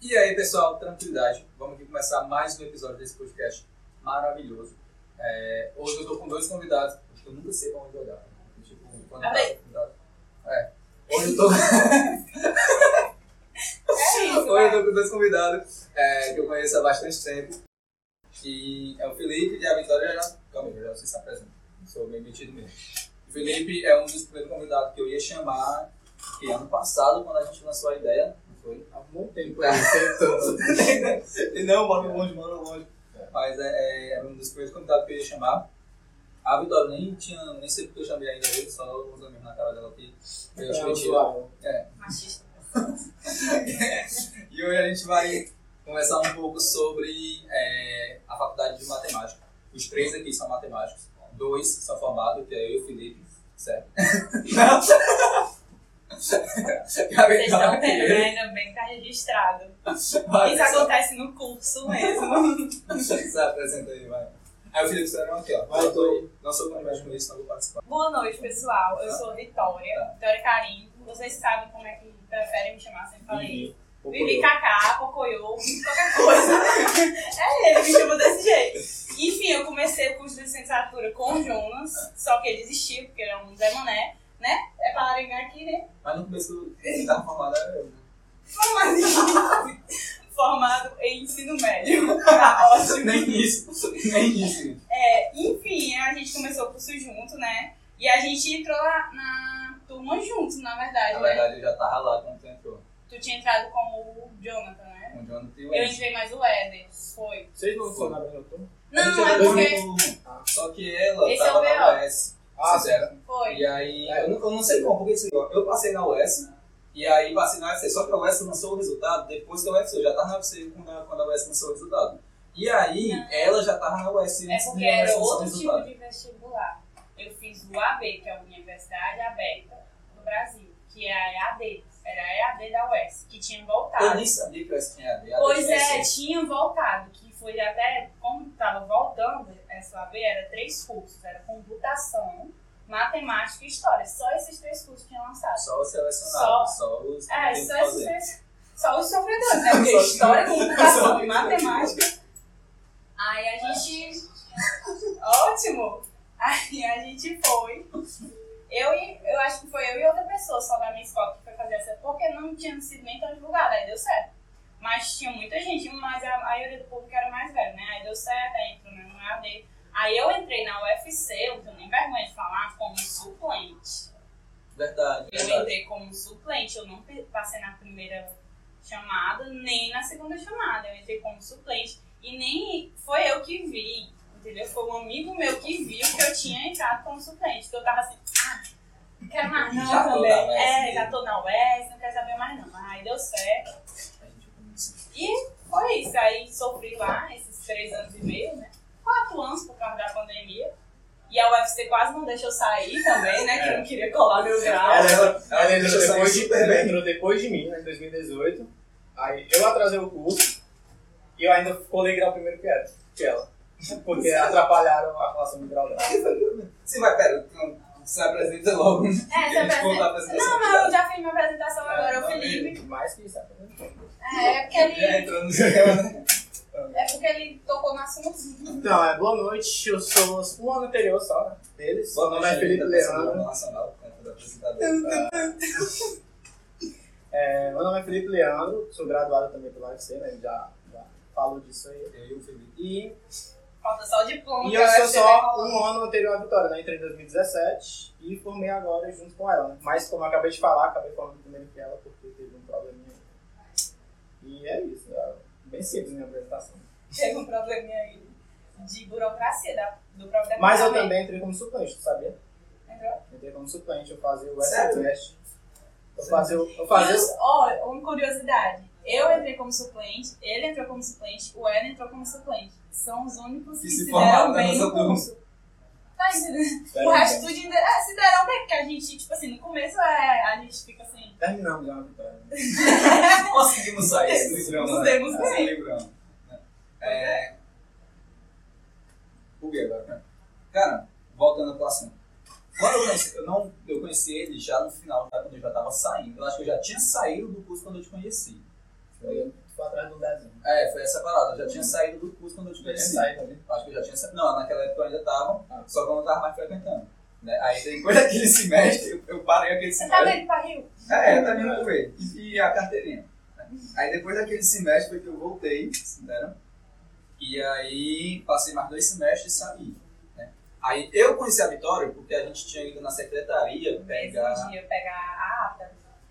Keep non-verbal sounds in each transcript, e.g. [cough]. E aí, pessoal, tranquilidade. Vamos aqui começar mais um episódio desse podcast maravilhoso. É, hoje eu tô com dois convidados, porque eu nunca sei pra onde olhar. Tipo, quando Tá bem. convidado. É. Hoje eu tô. [laughs] [laughs] É isso, Hoje eu vai. tô com dois convidados é, que eu conheço há bastante tempo. Que é o Felipe e a Vitória já. Calma aí, já você está presente. Sou bem metido mesmo. O Felipe é um dos primeiros convidados que eu ia chamar que ano passado, quando a gente lançou a ideia. Não foi? Há um bom tempo aí, tentando. Não, mora longe, mora longe. Mas é, é, era um dos primeiros convidados que eu ia chamar. A Vitória nem tinha, nem sei porque eu chamei ainda hoje, só os amigos na cara dela aqui. Eu acho É, mentira. usual. É. Machista. E hoje a gente vai conversar um pouco sobre é, a faculdade de matemática. Os três aqui são matemáticos, dois são formados, que é eu e o Felipe, certo? [laughs] Não! Vocês estão vendo, né? Ainda bem que tá registrado. Isso acontece no curso mesmo. Se apresenta aí, vai. Aí o Felipe Serão aqui, ó. Vai, Eu tô, Tô. não sou planejado com isso, não vou participar. Boa noite, pessoal. Eu sou a Vitória, Vitória Carim. Vocês sabem como é que preferem me chamar, sempre falei. Vivi Kaká, Pocoyo, qualquer coisa. [laughs] é ele, me chama desse jeito. Enfim, eu comecei o curso de licenciatura com o Jonas, só que ele desistiu, porque ele é um Zé Mané, né? É palarengar aqui, né? Mas no começo, ele tava formado, era eu. né? Formado em- [laughs] Formado em ensino médio. [laughs] Tá ótimo. Nem isso, nem isso. É, enfim, a gente começou o curso junto, né? E a gente entrou lá na turma juntos, na verdade, Na né? verdade, eu já tava lá quando tu entrou. Tu tinha entrado com o Jonathan, né? Onde eu não tenho Eu entrei mais o Éder, foi. Vocês não então. foram na mesma turma? Não, é porque... um. Só que ela Esse tava é o na US. Ah, fizeram. Foi. E aí, É, eu não, eu não sei como, porque assim, ó, eu passei na US, e aí passei na UFC, só que a US lançou o resultado depois que a UFC, eu já tava na UFC quando a, quando a US lançou o resultado. E aí, Não. ela já tava na US É antes porque de a US era lançar o outro tipo resultado. de vestibular. Eu fiz o AB, que é a Universidade Aberta do Brasil, que é a EAD. Era a EAD da UES, que tinha voltado. Eu nem sabia que a assim, US tinha aliado. Tá. Pois é, tinha voltado, que foi até, como estava voltando essa OAB, era três cursos, era computação, matemática e história. Só esses três cursos tinham lançado. Só os selecionados, só, os que É, tem que só esses fazer. três. Só os sofredores, né? Porque história, computação e matemática. Aí a gente. Ótimo! Aí a gente foi. Eu e. Eu acho que foi eu e outra pessoa só da minha escola que foi fazer essa. Porque não tinha sido nem tão divulgada, aí deu certo. Mas tinha muita gente, mas a maioria do público era mais velho, né? Aí deu certo, aí entrou no AD. Aí eu entrei na UFC, eu não tenho nem vergonha de falar, como suplente. Verdade, Eu verdade. entrei como suplente, eu não pe- passei na primeira chamada, nem na segunda chamada. Eu entrei como suplente e nem foi eu que vi, entendeu? Foi um amigo meu que viu que eu tinha entrado como suplente. Que eu tava assim, ah, não quero mais [laughs] não Já tô também. na UES, é, né? já tô na UES, não quero saber mais não. Aí deu certo. A gente começa. E foi isso. Aí sofri lá esses três anos e meio, né? Quatro anos por causa da pandemia. E a UFC quase não deixou eu sair também, né? Que não queria colar meu grau. Ela, é ela, ela Deixa eu entrou, sair depois de, super ela bem. entrou depois de mim, né, em 2018. Aí eu atrasei o curso e eu ainda colei grau primeiro que ela. Que ela porque atrapalharam a relação do grau dela. Você vai, pera, você apresenta logo. É, [laughs] Porque a gente você conta a apresenta. apresentação de Não, mas cada. eu já fiz minha apresentação agora, é o tá [laughs] Felipe. é Mais que isso, né? É, é porque Já ele. entrando no esquema, né? É porque ele tocou no assuntozinho. Então, é boa noite. Eu sou um ano anterior só, né? Deles. Meu nome é Felipe Leandro. Nacional, né, apresentador. É, meu nome é Felipe Leandro. Sou graduado também pela UFC, né? Já, já falou disso aí. Eu e o Felipe. E Falta só o diploma. E que eu acho sou que vai só rolar. um ano anterior à vitória, né? Entrei em 2017 e formei agora junto com ela, né? Mas como eu acabei de falar, acabei falando primeiro que ela porque teve um probleminha. E é isso, é bem simples a minha apresentação. Teve um probleminha aí de burocracia da, do próprio Mas eu departamento. também entrei como suplente, tu sabia? Entendeu? Entrei como suplente, eu fazia o Sério? SWest. Eu fazia o. Eu E fazia os- Ó, uma curiosidade. Eu entrei como suplente, ele entrou como suplente, o Ellen entrou como suplente. São os únicos que, Que se se formaram na deram bem nossa no turma. curso. Tá entendendo? o. O resto tudo ainda- é, se deram bem, porque a gente, tipo assim, no começo é, a gente fica assim. Terminamos já a vitória. né? Conseguimos sair desse livrão. Nos né? demos Desse bem. livrão, né? É. Buguei agora, cara. Cara, voltando pro assunto. Quando eu conheci, eu, não, eu conheci ele já no final, já quando eu já tava saindo. Eu acho que eu já tinha saído do curso quando eu te conheci. Eu fui atrás É, foi essa parada. Eu já tinha saído do curso quando eu te Tinha conheci. saído ali. Acho que eu já tinha saído. Não, naquela época eu ainda tava, só que eu não tava mais frequentando. né? Aí depois [laughs] daquele semestre, eu, eu parei aquele Você tá semestre. vendo pra Rio? É, eu também não fui. E a carteirinha. Aí depois daquele semestre foi que eu voltei, entendeu? E aí passei mais dois semestres e saí. né? Aí eu conheci a Vitória porque a gente tinha ido na secretaria Esse pegar. um dia pegar a ata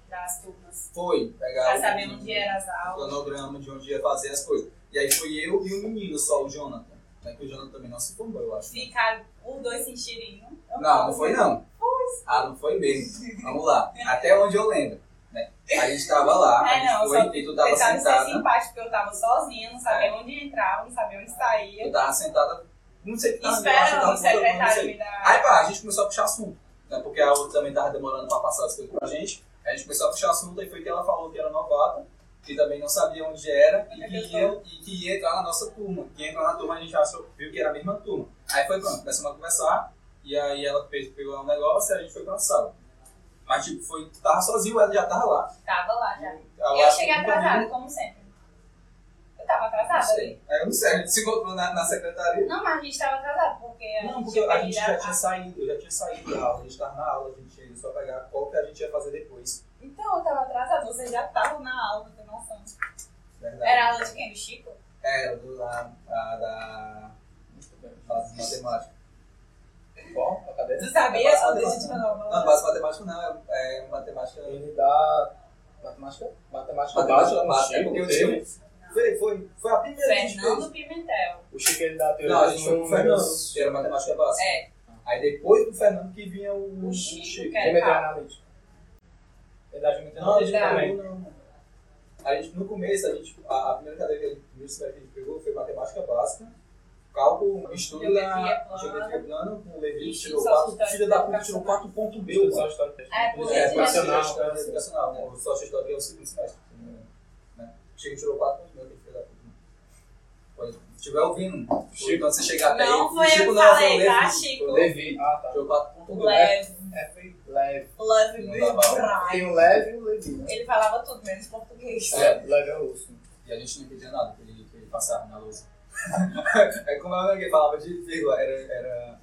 das turmas. Foi, pegar. Pra o- saber onde é. eram as o aulas. cronograma de onde ia fazer as coisas. E aí foi eu e um menino só, o Jonathan. Né, que o Jonathan também não se formou, eu acho. né? Ficar os dois um. se enxerindo. Não, não foi não. Ah, não foi mesmo. Vamos lá. Até onde eu lembro. Né? A gente tava lá, a É, gente não, eu foi só assim, e tu tava Apesar de ser sentada. simpático, porque eu tava sozinha, não sabia onde entrava, não sabia onde saía. Eu tava sentada, não sei o que tava Ah, eu acho que Esperando tava o procurando, não secretário sei. me dar. Aí pá, a gente começou a puxar assunto. Né? Porque a outra também tava demorando pra passar as coisas pra gente. Aí a gente começou a puxar assunto, aí foi que ela falou que era novata, que também não sabia onde era e que ia, e que ia entrar na nossa turma. Que ia entrar na turma, a gente achou, viu que era a mesma turma. Aí foi pronto, começamos a conversar, e aí ela fez, pegou lá um negócio e a gente foi pra sala. Mas tipo, foi, tu tava sozinho, ela já tava lá. Tava lá já. Ela Tá. Eu acho cheguei que nunca viu. atrasada, como sempre. Eu tava Não atrasada ali. sei. Aí eu não sei, a gente se encontrou na, na secretaria. Não, mas a gente tava atrasada, porque a Não, gente porque tinha a gente perdido já a- tinha saído, eu já tinha saído da aula, a gente tava na aula, a gente ia só pegar qual que a gente ia fazer depois. Então eu tava atrasada, vocês já estavam na aula, não tem noção. Verdade. É, Era aula de quem? Do Chico? Era do da, da, da Muito bem. base de matemática. Bom, a cadeira. Tu sabia? Ah, Eu deixa eu te falar uma Não, coisa. base de matemática não, é, é matemática. Ele dá matemática? Matemática Matemática básica um no básica, Chico, porque eu teve. tinha. um- Foi, foi, foi a primeira que a gente fez. Fernando Pimentel. O Chico ele dá a teoria Não, a dos gente foi com o números. Fernando, era matemática básica. É, Aí depois do Fernando que vinha o, O Chico, que era- Geometria analítica. é Ele dá geometria Não, a gente analítica Tá. também. não, não. A gente, no começo, a, gente, a, a primeira cadeira que a gente, primeiro semestre que a gente pegou foi matemática básica, cálculo, estudo Geometria da plana. geometria plana, com o Levi E tirou só 4, sustentação filha da puta tirou educacional. 4.0, Meu, mano. só história. É, por Ele É, isso pra que ser profissional. história educacional, né? Só a história é o segundo semestre. né? Chega e tirou 4.0, tem filha da puta. né? Quando estiver ouvindo, Chico. quando você chegar até Não aí, foi eu Chico que não, foi o falei, Levi. tá, Chico? Foi o Levi, Levi. Ah, tá. tirou 4.0. Leve, Leve. Leve. leve, Não dá mal. leve. Tem o leve e o Levi, né? Ele falava tudo, menos português. É. Leve é o urso. E a gente não entendia nada que ele, que ele passava na lousa. [laughs] é como é que ele falava de vírgula, era, era.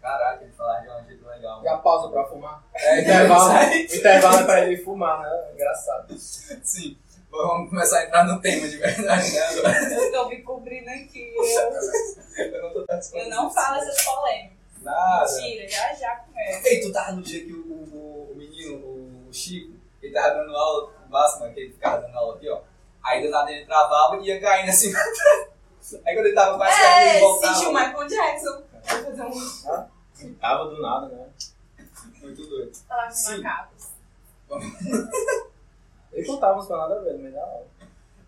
Caraca, ele falava de um jeito legal. E a pausa pra fumar? É, Intervalo. intervalo. Intervalo é pra ele fumar, né? Engraçado. Sim. Bom, Vamos começar a entrar no tema de verdade, né? Agora. Eu tô me cobrindo aqui. Eu, Eu não tô tanto eu não falo essas polêmicas. Nada. Mentira, já já começa. Ei, tu tava no dia que o, o, o menino, o Chico, ele tava dando aula com o Bassman, que ele ficava dando aula aqui, ó. Aí do nada ele travava e ia caindo assim. Aí quando ele tava quase caindo, É, ele voltava. sentiu o Michael Jackson. Vou fazer um Tava do nada, né? Muito doido. falar de Sim. macacos. Ele contava uns pra nada a ver, mas da hora.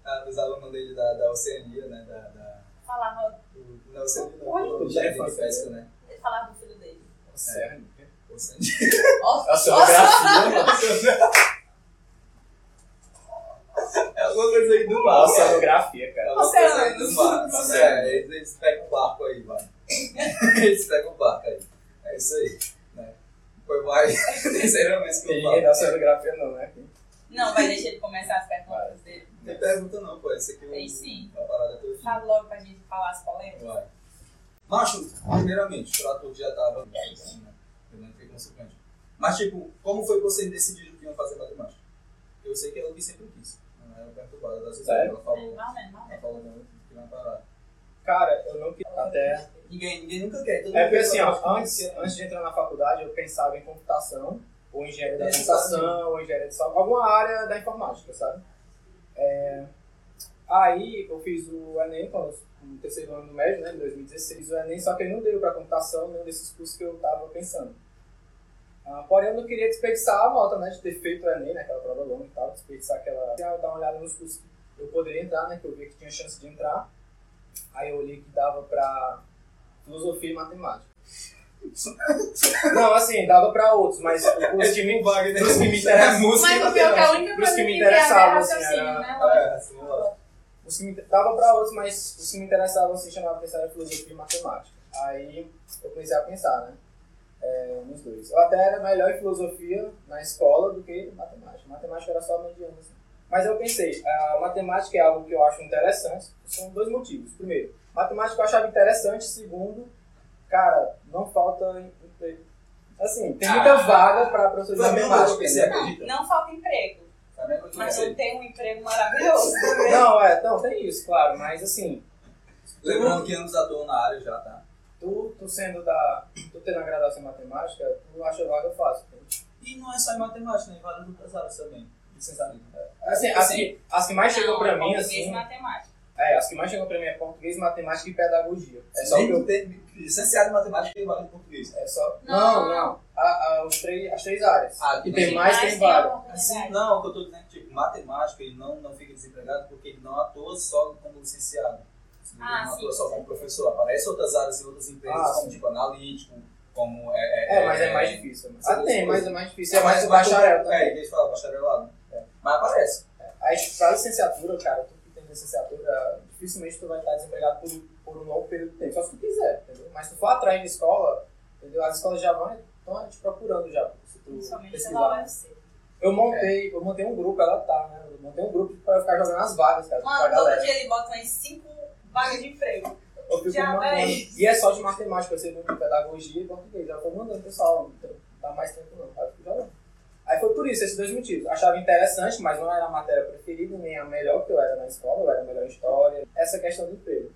Ah, Os alunos dele da, da Oceania, né? Da, da- Falava, Não, você não. Olha, o tudo chefe bem, de festa, né? ele falava do filho dele. Cerne. Você- [laughs] Ó, É a cenografia. É alguma coisa aí do A mar, sabe? cenografia, É cara. alguma coisa aí Oceanos. do mar. É, eles, eles pegam o barco aí, [laughs] mano. Eles pegam o barco aí. É isso aí. Né? Foi mais [laughs] a terceira vez que Tem eu ninguém falo. da cenografia, não, né? Não, vai deixar ele começar as perguntas dele. Não tem pergunta não, pô. Isso aqui é Tem sim. uma parada toda. Fala logo pra gente falar as polêmicas. Vai. Macho, primeiramente, pra tu que já tava. né? Eu não entrei como suplente. Mas, tipo, como foi que vocês decidiram que iam fazer matemática? Eu sei que ela que sempre quis. é Ela era perturbada da sociedade. Sério? Ela falou. Não, né? Não, Ela falou muito que não parada. Cara, eu não quis até É. Ninguém, ninguém nunca quer. Todo É mundo porque quer assim, ó, matemática. antes, antes de entrar na faculdade, eu pensava em computação, ou engenharia da É, computação, ou engenharia de software, alguma área da informática, sabe? É, Aí eu fiz o Enem, quando eu- no terceiro ano do médio, né, em 2016, o Enem, só que ele não deu para computação nenhum desses cursos que eu estava pensando. Ah, porém, eu não queria desperdiçar a nota, né, de ter feito o Enem, né, aquela prova longa e tal, desperdiçar aquela... Ah, eu dar uma olhada nos cursos que eu poderia entrar, né, que eu vi que tinha chance de entrar. Aí eu olhei que dava para filosofia e matemática. Não, assim, dava para outros, mas É os que me, os que me interessavam... Mas o meu que é a única Os coisa que que me me interessa interessavam, assim, assim, raciocínio, era- né? É, assim, ó. os que me, dava pra outros, mas os que me interessavam se chamavam atenção era filosofia e matemática. Aí eu comecei a pensar, né? é, nos dois. Eu até era melhor em filosofia na escola do que em matemática. Matemática era só mediana, assim. Mas eu pensei, a matemática é algo que eu acho interessante. São dois motivos. Primeiro, matemática eu achava interessante. Segundo, cara, não falta emprego. Assim, tem muita Ah. vaga para professor de Foi a mesma coisa que eu pensei, matemática. né? acredita? Não falta emprego, Foi a mesma coisa que eu mas não pensei. tem um emprego maravilhoso. Não, é, não, tem isso, claro. Mas assim, Lembrando que ambos atuam na área já, tá? tu, tu sendo da. Tu tendo a graduação em matemática, tu acha vaga fácil. E não é só em matemática, né? Em várias outras áreas também. né? Licenciamento. Assim, as, que, as que mais chegam Não, pra mim, português e assim. matemática. É, as que mais chegam pra mim é português, matemática e pedagogia. É só o que eu Licenciado em matemática e vale em português. É só. Não. Não, não. A, a, os três, as três áreas. Ah, tem e tem mais, tem um vaga. Assim, oportunidade. não, o que eu tô dizendo é que, tipo, matemática, ele não, não fica desempregado porque ele não atua só como licenciado. Assim, Ele Ah, não sim. atua só como professor. Aparece outras áreas e outras empresas, Ah, como, sim. tipo, analítico, como... É, É, mas é mais difícil. Mas... Ah, tem, mas é mais difícil. É mas mais tu o vai- bacharel também. É, deixa eu falar, bacharelado. é. Mas aparece. Aí, pra licenciatura, cara, tu que tem licenciatura, dificilmente tu vai estar desempregado por, por um longo período de tempo. Só se tu quiser, entendeu? Mas se tu for atrás de escola, entendeu? As escolas já vão estão te procurando já. Se tu Principalmente pela pesquisar. UFC. Eu montei, eu montei um grupo, ela tá, né? Eu montei um grupo pra ficar jogando as vagas, cara, pra Mano, todo galera. dia ele bota mais cinco vagas de emprego. Eu fico Já, mandando. vai. E é só de matemática, eu sei muito pedagogia então e português. Eu tô mandando, pessoal, não dá mais tempo não, tá? Eu fico jogando. Aí foi por isso, esses dois motivos. Achava interessante, mas não era a matéria preferida, nem a melhor que eu era na escola, eu era melhor em história. Essa questão do emprego.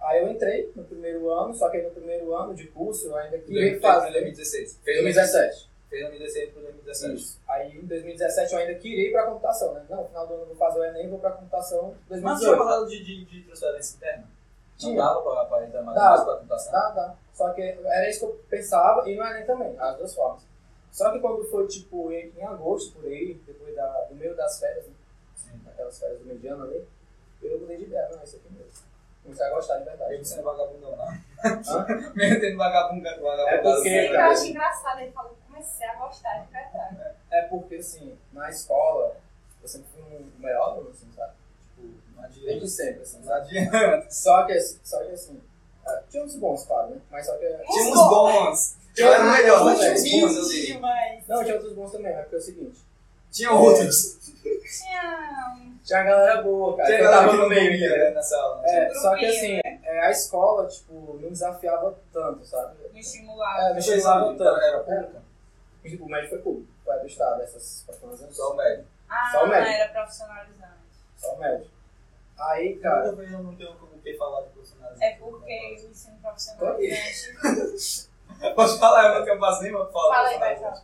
Aí eu entrei no primeiro ano, só que aí no primeiro ano de curso eu ainda queria fazer. 2016. Fez 2017. Fez 2016 para 2017. Isso. Aí em 2017 eu ainda queria ir pra computação, né? Não, no final do ano eu vou fazer o Enem, vou pra computação Mas tinha 2018. falado de, de, de transferência interna? Não Tinha. dava pra, pra entrar mais Dava. pra computação? Dá, dá. Tá, Só que era isso que eu pensava e no Enem também, as duas formas. Só que quando foi, tipo, em em agosto, por aí, depois da, do meio das férias, né? Sim. tá. aquelas férias do mediano ali, eu mudei de ideia, não, é isso aqui mesmo. Comecei a gostar de verdade. né? Eu não sendo vagabundão, é não. [laughs] Hã? Mesmo tendo vagabundo, vagabundo. É porque, assim, Sempre eu cara. acho engraçado, ele fala, comecei a gostar de verdade. É porque, assim, na escola, eu sempre fui um melhor aluno, assim, sabe? Tipo, Não desde adianta. sempre, assim, Não sabe? adianta. Só que, só que assim, ah, tinha uns bons, claro, né? Mas só que... Tinha uns bons. Eu era o melhor, Ah, mas tinha mas uns bons, eu diria. Demais. Não, tinha outros bons também, mas porque é o seguinte, Tinha outros. Tinha um tinha uma galera boa, cara, Tinha que eu galera tava que no não meio, dormia entendeu? né, nessa aula. É, só que grupinho, assim, é, a escola, tipo, não desafiava tanto, sabe? me É, estimulado. não Vocês estimulava então, tanto. era pública? É, O médio foi público, foi do estado, essas patrões. Só o médio. Ah, É, só o médico. era profissionalizante. Só o médio. Aí, cara, Nunca vi, Eu não tenho como ter falado com o Bolsonaro. É porque o ensino é profissionalizante. Pode falar, eu não tenho mais nenhuma fala. Fala aí, vai, fala.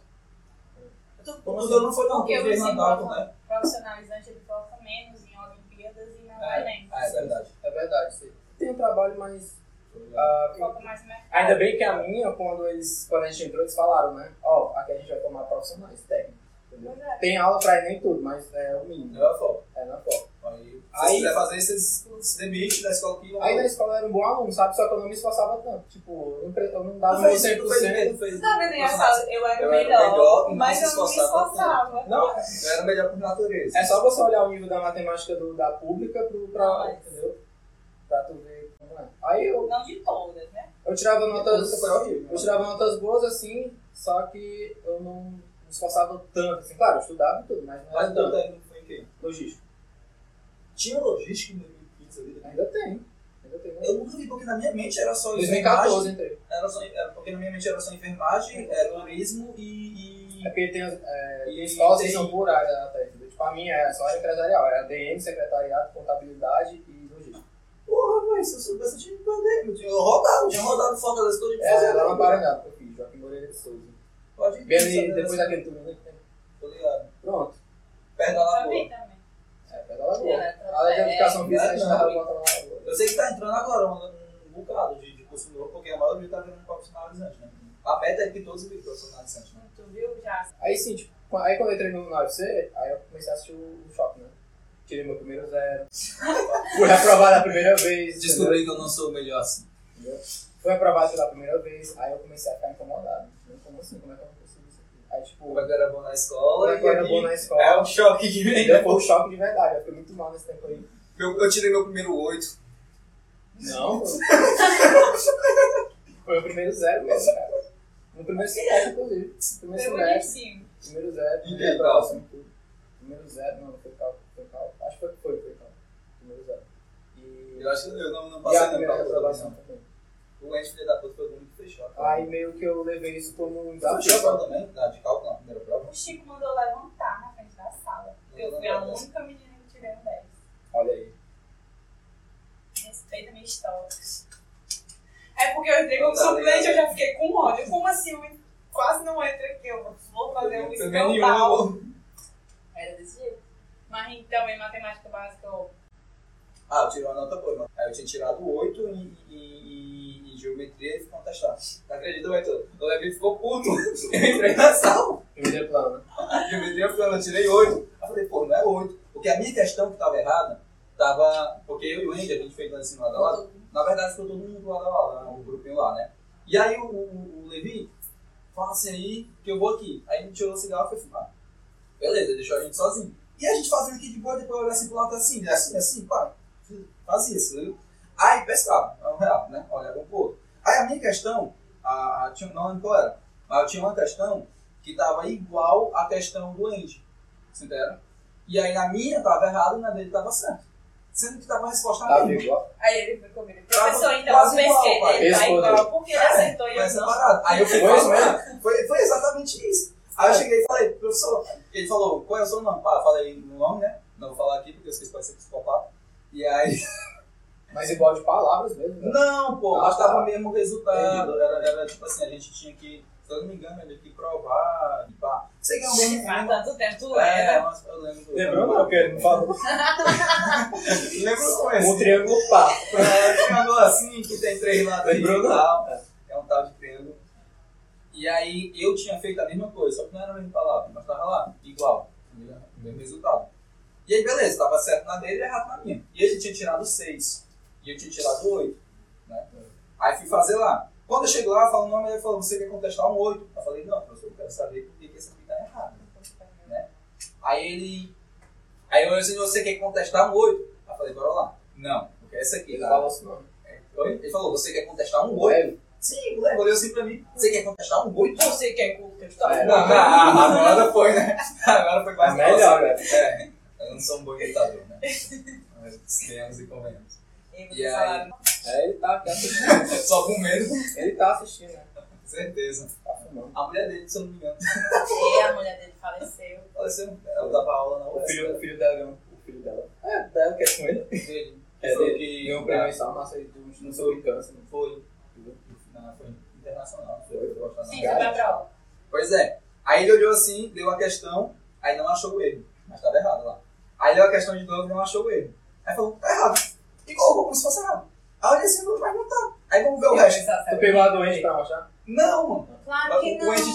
Eu tô- O Dudu não foi, um não. Porque Quem o fez ensino mandato, né? profissionalizante ele foca menos em Olimpíadas e não Enem. Ah, é verdade. é verdade, sim. Tem um trabalho, mas. ah, Foca mais no mercado. ainda bem que a minha, quando, eles, quando a gente entrou, eles falaram, né? Ó, aqui a gente vai formar profissionais técnicos. entendeu? Pois é. Tem aula pra nem tudo, mas é o mínimo. Não é a foto. É na foto. Aí, se Aí- quiser fazer, vocês se demitem da escola que Aí na escola eu era um bom aluno, sabe? Só que eu não me esforçava tanto. Tipo, eu não, pre- eu não dava Tu meu fez, tu fez 100%. mesmo, fez. Você tá vendo engraçado? Eu era Eu o era o melhor, melhor, mas mas eu não me se esforçava esforçava. Não, Eu era melhor por natureza. É só você olhar o nível da matemática do- da pública pro, pra, Nossa. entendeu? pra tu ver como é. Aí eu, Não de todas, né? eu tirava notas. Foi né? horrível. Eu tirava notas boas assim, só que eu não me esforçava tanto. Assim, claro, eu estudava e tudo, mas não Mas era então, tanto. daí não foi em quem? Logística. Tinha logística em 2015 ali? né? Ainda tem. Ainda tem. né? Eu nunca vi porque na minha mente era só 2014 enfermagem. entrei. Era só, era- porque na minha mente era só enfermagem, era turismo e. É e... porque tem, as- é, E tem escolas tem- que são por área até. entendeu? Tipo, a minha era só área empresarial. é Era DM, secretariado, contabilidade e logística. Porra, velho, se eu soubesse, eu tinha que perder. Eu tinha rodado, eu tinha rodado fora das coisas de É, fazer. era uma paranhada que eu fiz, Joaquim Moreira de Souza. Pode ir. Bem sabe, ali, né? depois daquele turno. né? Tô ligado. Pronto. Perto da Também, lagoa. também. É, pega lá Ela agora. tá é A lei de educação física a gente não, tava bota lá agora. Eu sei que tá entrando agora um, um bocado de, de curso novo, porque a maioria tá virando profissionalizante, né? A meta é que todos virem profissionalizantes, né? Tu viu já? Aí sim, tipo, qu- aí quando eu entrei no, na UFC, aí eu comecei a assistir o, o shopping, né? Tirei meu primeiro [laughs] zero. Fui aprovado a primeira vez. Descobri que eu não sou o melhor assim. entendeu? Entendeu? Fui aprovado pela primeira vez, aí eu comecei a ficar incomodado. Né? Como assim? Como é que eu não consigo isso aqui? Aí tipo, O Beto era bom na como escola é que eu era e- bom na É escola? um choque que vem. Entendeu? Foi um choque de verdade, eu fui muito mal nesse tempo aí. Eu, eu tirei meu primeiro oito. Não? [laughs] Foi o primeiro zero mesmo, cara. No primeiro semestre, inclusive. No Primeiro Foi semestre, bonitinho. primeiro zero, Integral. primeiro próximo, tudo. Número zero, não, não foi cálculo, foi cálculo. Acho que foi, foi, foi cálculo. Número zero. E, Eu acho que eu não, não e passei a na primeira prova, reprovação não. também. O Ed, filho da puta, foi o único que fechou. a prova. Aí meio que eu levei isso como um Dá pra desafio. chegar também? Dá de cálculo na primeira prova? O Chico mandou levantar na frente da sala. Eu fui a única menina que tirei um 10. Olha aí. Respeita a minha história. É porque eu entrei tá como suplente eu já fiquei com ódio. Como assim? Eu quase não entro aqui. Eu vou fazer um escambau. Era desse jeito. Mas então, em matemática básica, eu... Ah, eu tirei uma nota boa, mano. Aí eu tinha tirado 8 em, em, em, em geometria e fui contestar. Não acredito, mas eu O Levi ficou puto. [laughs] Eu entrei na sala. Primeiro é plano. né? A geometria eu falei, eu tirei 8. Aí eu falei, pô, não é 8. Porque a minha questão que tava errada, tava. Porque eu e o Andy, a gente fez lá assim lado a lado. Na verdade, ficou todo mundo lado a lado, né? o grupinho lá, né? E aí o, o, o Levi, fala assim aí, que eu vou aqui. Aí ele tirou o cigarro e foi fumar. Beleza, deixou a gente sozinho. E a gente fazendo aqui de boa, depois olha assim pro lado, assim, né? assim, assim, pá. Fazia isso, viu? Aí pescava, é um real, né? Olhava um pro outro. Aí a minha questão, a, a, tinha, não lembro qual era, mas eu tinha uma questão que tava igual à questão do Andy. Você entendeu? E aí na minha tava errado e na dele tava certo. Sendo que tava a resposta Tá mesma. igual. Aí ele ficou comigo. Tava Professor, então o quase igual, PQ pai. dele tá Esse igual. Porque ele acertou e Foi eu essa não. parada. é Aí eu fui [laughs] Foi É. isso Foi, foi exatamente isso. Aí eu cheguei e falei, professor, ele falou, qual é o seu nome? Pá, falei o nome, né? Não vou falar aqui porque vocês podem ser psicopata. E aí, [laughs] Mas igual de palavras mesmo. né? não, pô, Ah, mas tava tá. o mesmo resultado. Era, era tipo assim, a gente tinha que, se eu não me engano, ele tinha que provar, e pá. Sei que é um bom Há tanto tempo né? tu É, leva. mas eu lembro. Lembrou não, é porque ele não falou. Lembro como Um esse. triângulo pá. É, um negócio assim que tem três lados e Lembrou tal. não. É. é um tal de triângulo. E aí eu tinha feito a mesma coisa, só que não era a mesma palavra, mas tava lá, igual, o mesmo- o mesmo resultado. E aí beleza, tava certo na dele e errado na minha. E ele tinha tirado 6, e eu tinha tirado 8. Né? Aí fui fazer lá. Quando eu chego lá, eu falo o nome, ele falou, você quer contestar um 8? Eu falei, não, professor, eu quero saber por que que essa aqui tá errada. Né? Aí ele. Aí eu disse, você quer contestar um 8? Eu falei, bora lá. Não, porque essa aqui Ele tá. falou assim, não. É, Oi? Ele falou, você quer contestar um 8? Ele. Sim, o Léo olhou assim pra mim. Você quer contestar um oito? Você quer contestar? É. [laughs] Não, não, agora foi, né? Agora foi Mas quase melhor, velho. próximo. É, eu não sou um bom gritador, né? Mas Tenhamos e convenhamos. E E você aí? falaram, É, ele tá aqui assistindo. Só com medo, Ele tá assistindo, né? com certeza. Tá fumando. A mulher dele, se eu não me engano, e a mulher dele faleceu. faleceu. Ela dava aula na O UES. filho, o filho dela não. O filho dela. É, dela que é com ele. dele. É Foi dele. né? que Ganhou o prêmio em Salmaça aí do Não Sou Câncer, não Foi. Não, foi internacional. não Foi, eu vou achar, não. Sim, você vai pra aula. Pois é. Aí ele olhou assim, deu a questão, aí não achou o erro. Mas tava errado lá. Aí deu a questão de novo, não achou o erro. Aí falou, tá errado. E colocou como se fosse errado. Aí eu olhei assim, mas não tá. Aí vamos ver o resto. Tu pegou a doente pra machar? Não, mano. Claro que não, o Ant né?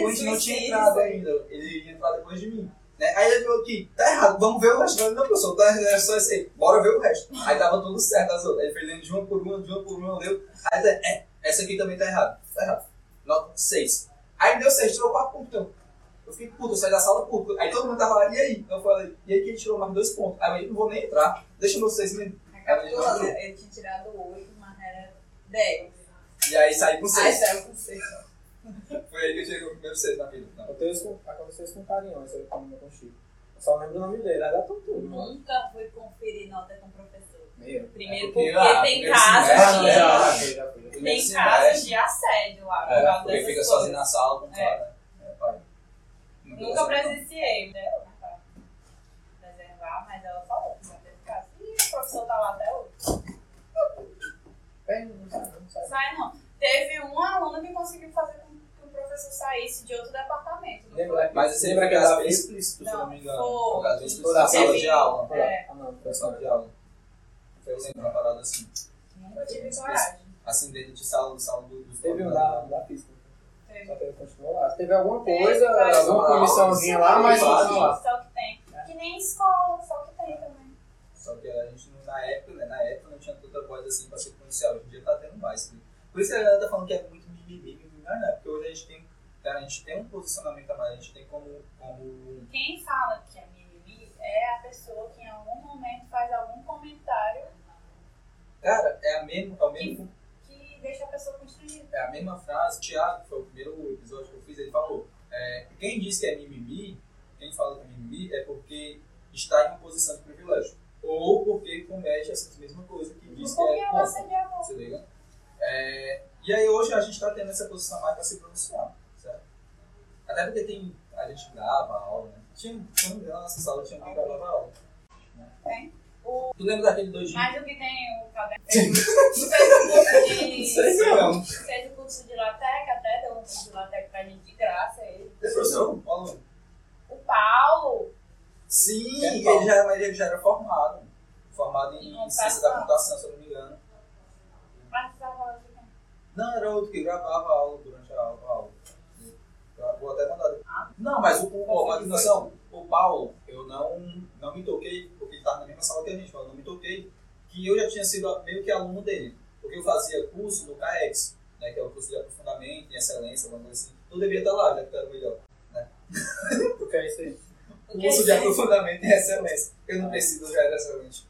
não tinha Suicídio. entrado ainda. Ele ia entrar depois de mim. Né? Aí ele falou aqui, tá errado, vamos ver o resto. Eu falei, Não, pessoal, tá errado, é só esse aí. Bora ver o resto. Aí tava tudo certo as outras. Ele foi lendo de uma por uma, de uma por uma, leu. Aí ele é, essa aqui também tá errada. Tá errado. Nota 6. Aí deu 6, tirou 4 pontos. então. Eu fiquei puto, eu saí da sala puto. Aí todo mundo tava lá, e aí? Eu falei, e aí que ele tirou mais dois pontos. Aí eu falei, não vou nem entrar, deixa meus 6 mesmo. Acabou, né? Eu tinha tirado oito, mas era dez. E aí saí com Aí 6. saiu com seis. Foi aí que eu tirei o primeiro 6 na vida. Então, Não. Eu tenho isso com, aconteceu isso com carinho, isso aí comigo com o Chico. Eu só lembro o nome dele, era tudo. tudo. Nunca fui conferir nota com o professor. Meu. Primeiro É porque porque, lá, tem primeiro casos semestre, de, né? É, já, já, já fui. Primeiro tem semestre. casos de assédio lá. por É, causa porque dessas fica coisas. sozinho na sala com o cara. É, pai. Não deu certo, Nunca não. presenciei, né? pra Reservar, mas ela falou que não teve caso. E o professor tá lá até hoje. Bem, É, não sabe, não sabe. Sai não. Teve um aluno que conseguiu fazer com que o professor saísse de outro departamento. não Lembra, Mas esse lembra lembra aquela caso bem vez? explícito, se eu não me engano. Não, Foi um caso bem explícito Toda na sala sala. de aula. É. Ah, não, Na foi só sala de aula. Eu lembro uma parada assim. foi? Nunca tive coragem. Assim, dentro de sala, de sala do... dos Teve um da, da pista. Teve. Só que ele continuou lá. Teve alguma Teve, coisa, mas- alguma comissãozinha lá, mas Claro. continuou lá. Só que tem. Que nem escola, só que tem também. Só que a gente, não- na época, né? Na época não tinha tanta coisa assim pra ser policial. Hoje em dia tá tendo mais. né? Por isso que a galera tá falando que é muito mimimi, mimimi, mas não é. Porque hoje a gente tem... A gente tem um posicionamento a mais. A gente tem como... como Quem fala que é mimimi é a pessoa que em algum momento faz algum comentário Cara, é a mesma... É o mesmo que deixa a pessoa constrangida. é a mesma frase, Thiago, que foi o primeiro episódio que eu fiz, ele falou: é, quem diz que é mimimi, quem fala que é mimimi, subir é porque está em uma posição de privilégio. Ou porque comete essa mesma coisa que diz que Porque é ela contra. seria bom. Você liga? É, e aí hoje a gente está tendo essa posição mais para se pronunciar, certo? Até porque tem, a gente grava a aula, né? Tinha, quando na nossa sala tinha que gravar a aula. né? Tem. Tu lembra daquele dois dias? Mas o que tem o caderno? Tu fez o curso de. não. tu Fez o curso de lateca, até deu um curso de lateca pra gente de graça ele. Professor? Um aluno. O Paulo. Sim, É ele bom. já, mas ele já era formado. Formado em Em ciência da computação. computação, se eu não me engano. Mas tu tava falando de quem? Não, era outro que gravava a aula durante a aula. a aula. Eu Vou até mandar. Ah. Não, mas o, o, o, mas, noção, o Paulo, eu não, não me toquei, porque ele estava na mesma sala que a gente, mas eu não me toquei, que eu já tinha sido meio que aluno dele. Porque eu fazia curso no CAEX, né, que é o curso de aprofundamento em excelência, alguma coisa assim. Eu devia estar lá, já que eu era o melhor. O que é isso aí? O que curso de é isso? aprofundamento em excelência. Eu não preciso, eu já era excelente.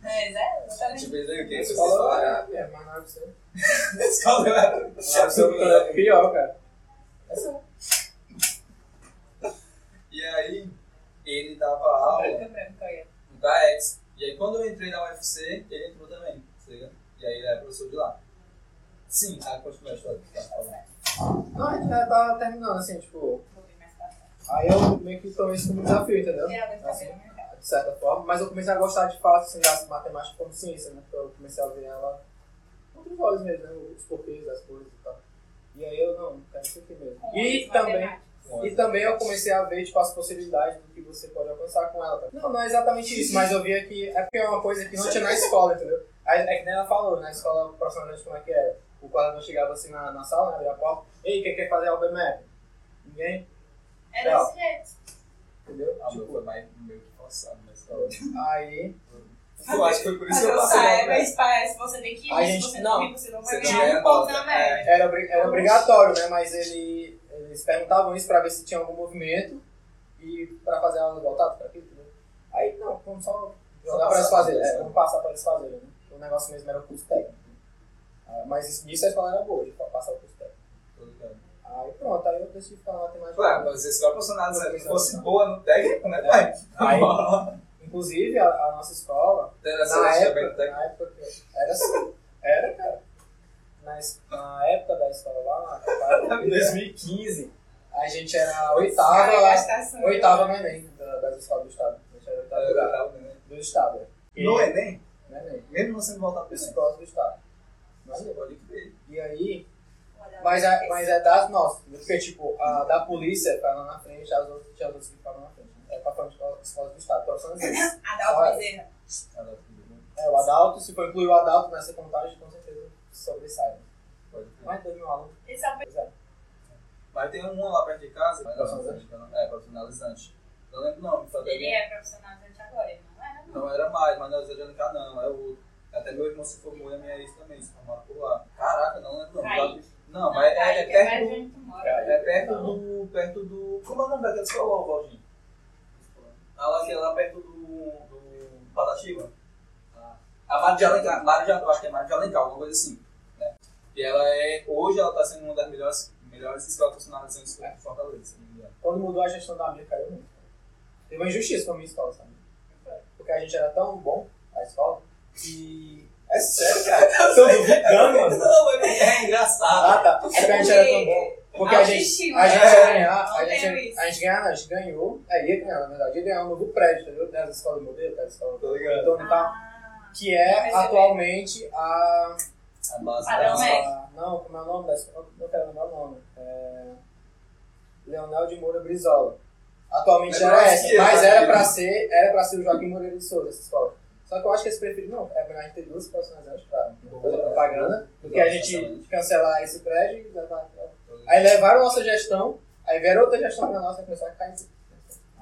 Mas é, eu também. Tipo, ele o que? Vocês falaram? Escola é, mas na ABC. Escola era- Na ABC é pior, cara. um E aí, ele dava aula. Branca, branca, olha. no CAEX. E aí quando eu entrei na UFC, ele entrou também, tá ligado? E aí ele era professor de lá. Sim, ah, continua a história. Tá, tá bom. Não, a gente já tava terminando, assim, tipo... Vou ver mais pra cá. Aí eu meio que tomei isso como desafio, entendeu? Tirar dois Assim, cabelos, né? de certa forma, mas eu comecei a gostar de fato assim, da matemática como ciência, né? Porque eu comecei a ver ela com outros olhos mesmo, né? Os porquês das coisas e tal. E aí eu não, cara, isso aqui mesmo. Com E matemática. também, Bom, e também eu comecei a ver tipo, as possibilidades do que você pode alcançar com ela. tá? Não, não é exatamente isso, mas eu via que é porque é uma coisa que não tinha na escola, entendeu? Aí, é que nem ela falou, na escola profissionalmente como é que era. O quadro chegava assim na, na sala, né? Abria a porta, ei, quem quer fazer algo BMF? Ninguém? É desse jeito. Entendeu? Ah, meu, Tipo, foi mais meio que forçado na escola. aí. Eu acho que foi por isso que Mas eu eu passei. saio, né? mas parece que você tem que ir. A se gente- você não. não ir, você não Você vai não ganhar ganha um ponto nota, na é. média. Era, obri- era obrigatório, né? Mas ele, eles perguntavam isso pra ver se tinha algum movimento e pra fazer aulas voltadas pra aquilo, entendeu? Aí, não, vamos só jogar Só pra eles passar fazerem. pra eles, É, né? vamos passar pra eles fazerem, né? O negócio mesmo era o curso técnico. né? Ah, Mas isso- nisso a escola era boa, de pa- passar o curso técnico. né? Tô ligado. Aí pronto, aí eu decidi ficar na matemática. Claro, mas a escola profissional, se ela fosse boa no técnico, né, pai? Aí- [laughs] Então, Inclusive, a, a nossa escola, era assim, na seleção né? bem época, técnica. na época, que- era assim, era, cara. Na, es- na época da escola lá, [laughs] na- em 2015, a gente era a oitava Ai, lá. gastação. Oitava no Enem da- das escolas do Estado. A gente era oitava Eu lugar tava, né? do Estado. No Enem, No Enem. mesmo você não voltar pro Das Enem, escolas do Estado. Mas, você pode crer. E aí, Olha, mas é, mas é das nossas. entendeu? Porque, tipo, a da polícia tá lá na frente, as outras, tinha as outras que ficavam na frente. É pra falar de escola- escolas do Estado. Então, são essas. Adalto Bezerra. Ela tudo, né? É, o Adalto, se for incluir o Adalto nessa contagem, com certeza sobressai. Pode crer. Mais dois mil alunos, Esse é o pois é. Mas tem um lá perto de casa, mas não, Profissionalizante. não, é, profissionalizante. Não lembro o nome, foi até Ele é profissional de agora, ele não era, não. Não era mais, mas não era Zé de Alencar, não, é outro. Até meu irmão se formou e a minha ex também se formaram por lá. Caraca, não lembro. Não, Kaique. não mas Não, é, é Kaique é mais perto, onde tu mora. é perto do. perto do. Como é o nome daquela escola, ô, Valdinho? Ah, lá que é lá perto do. do Patativa. Ah, A Mário de Alencar, Mário de, eu acho que é Mário de Alencar, alguma coisa assim. né? E ela é. Hoje ela está sendo uma das melhores, melhores escolas profissionalizantes do Fortaleza, se não me engano. Quando mudou a gestão da mídia, caiu muito. Teve uma injustiça com a minha escola, sabe? Porque a gente era tão bom, a escola, que. É sério, cara? Tô duvidando, mano. Não, é, é engraçado. Ah, tá. Porque a gente era tão bom. Porque a gente, a gente ia ganhar, a gente, a gente ganhar, não, a gente ganhou, é, ia ganhar, na verdade, ia ganhar um novo prédio, entendeu? Dessa escola do modelo, dessa escola do Tô tá ligado. Antônio e tal, Ah, que é atualmente a, A base Padrão da- médio. a- Não, como é o nome da escola? Não quero lembrar o nome. É, Leonel de Moura Brizola. Atualmente Lembra era mais essa, que eu, mas né? era pra ser, era pra ser o Joaquim Moreira de Souza, essa escola. Só que eu acho que eles preferiram, não, é melhor a gente ter duas personalidades pra fazer propaganda, do que a gente cancelar esse prédio e levar. Aí levaram nossa gestão, aí vieram outra gestão pra nossa e começou a cair.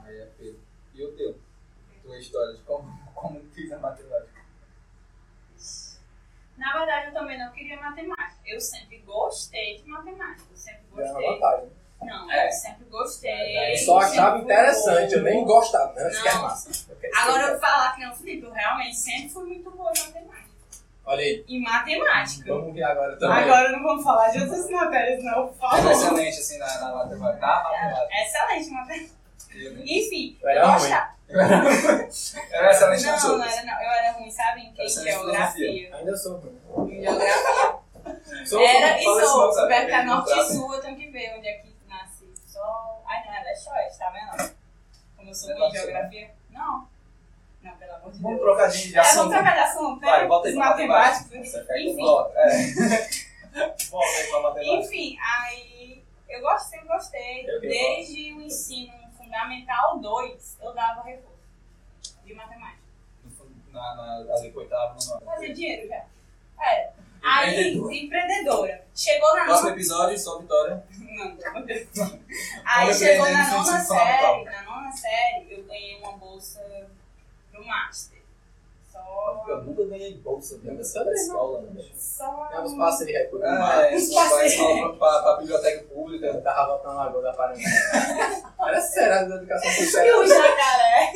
Aí é Pedro. E o teu? Tua história de como, como fiz a matemática. Na verdade, eu também não queria matemática. Eu sempre gostei de matemática. Eu sempre Ganhou gostei. uma vantagem. Não, É. eu sempre gostei. Eu Eu só sempre achava fui interessante, boa. eu nem gostava, né? Não. Isso que é massa. Agora eu vou falar que não, Felipe, eu realmente sempre fui muito boa em matemática. Olha aí, Em matemática. vamos ver agora também. Agora não vamos falar de outras matérias, não. Por Mas é favor. excelente assim na, na matemática. Na matemática. Excelente matemática. Eu nem- Enfim, Eu era eu ruim. gostava. Era excelente né? nas Não, não outras. era, não. Eu era ruim, sabe? Em quê? Essa Em é a geografia. Ainda sou né? ruim. Em geografia. Sou- Era e Então, fala esse sou. nome, Se sabe? vai ficar Ele não norte trata. e sul, eu tenho que ver onde é que nasce o sol. Ai, não, é leste-oeste, tá vendo? Como eu sou Não é ruim em norte, geografia. Não. Não, pelo amor de Deus. Vamos trocar de de É, assunto. vamos trocar de assunto, né? Vai, bota aí Os pra matemática. matemáticos, Você pega e enfim. volta. É. Volta aí pra matemática. Enfim, aí eu gostei, eu gostei. Eu que Desde o ensino fundamental 2, eu dava reforço de matemática. Na, na, ali com oitavo, nono. Fazia dinheiro já. Era. Aí, Empreendedora. empreendedora. Chegou na Próximo nona. episódio, só vitória. Não, meu Deus. Aí Vamos chegou empreender na no nona ensino fundamental. série. Na nona série, eu ganhei uma bolsa pro Master. Só. Eu nunca ganhei bolsa Eu né, não dessa sou ruim, escola. não. né? Só. um Eu [laughs] não passei de recurso. Ah, é, Os só vai parceiros. escola pra, pra biblioteca Eu pública. tava voltando na lagoa da Paraná. Era sério, a educação E social. o [laughs] jacaré?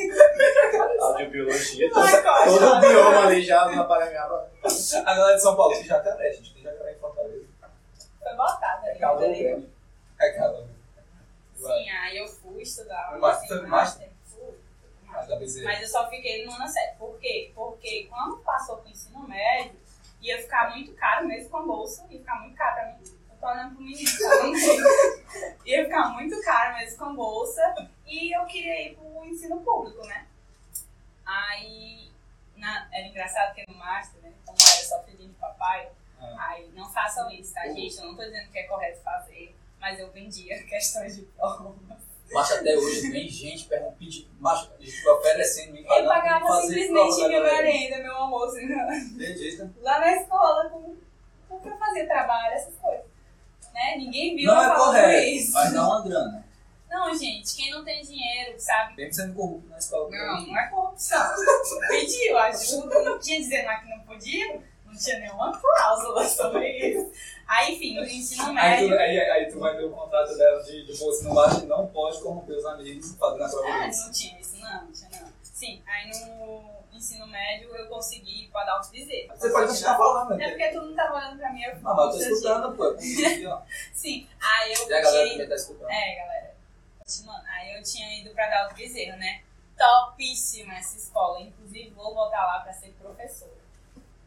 Audiobiologia. Ai, todo- coxa. Todo o bioma ali já na Parangaba. A galera de São Paulo tem jacaré, gente. Tem jacaré em Fortaleza. Foi botado ali. Calor ali. grande. É calor. Sim, aí eu fui estudar. Foi lá, master, assim, foi master? Fui. Mas da BZ. Mas eu só fiquei no nona série. Por quê? Porque quando passou pro ensino médio, ia ficar muito caro, mesmo com a bolsa, ia ficar muito caro pra mim. Eu tô olhando pro menino, tá? Não sei. [laughs] Ia ficar muito caro, mesmo com a bolsa. E eu queria ir pro ensino público, né? Aí, na- era engraçado que no master, né? Como era só filhinho de papai, Ah. aí não façam isso, tá, gente? Eu não tô dizendo que é correto fazer, mas eu vendia [laughs] questões de prova. Mas até hoje vem gente perguntando, um pedi- macho, gente oferecendo, me Ele pagando. pra pagava fazer simplesmente prova, minha galera. merenda, meu almoço, né? Tem jeito, né? lá na escola, com, com pra fazer trabalho, essas coisas. Né? Ninguém viu Não eu é falando correto, isso. mas dá uma grana. Não, gente, quem não tem dinheiro, sabe? Mesmo sendo corrupto na escola. Não, não é corrupção. Pediu ajuda, não tinha dizendo lá que não podia, não tinha nenhuma cláusula sobre isso. Aí, enfim, no ensino Aí tu, médio. aí, aí tu vai ver o contrato dela de, de bolsa no baixo que não pode corromper os amigos fazendo a prova Ah, deles. não tinha isso, não, não tinha não. Sim, aí no ensino médio eu consegui pagar os dizer. Você pode continuar falando, É né? porque tu não tava olhando pra mim, eu Não, Ah, mas eu tô constrangi. escutando, pô. é E a Sim, aí eu galera tinha- também tá escutando. É, galera. Continuando, aí eu tinha ido pra Dalto Bezerra, né? Topíssima essa escola. Inclusive, vou voltar lá pra ser professora.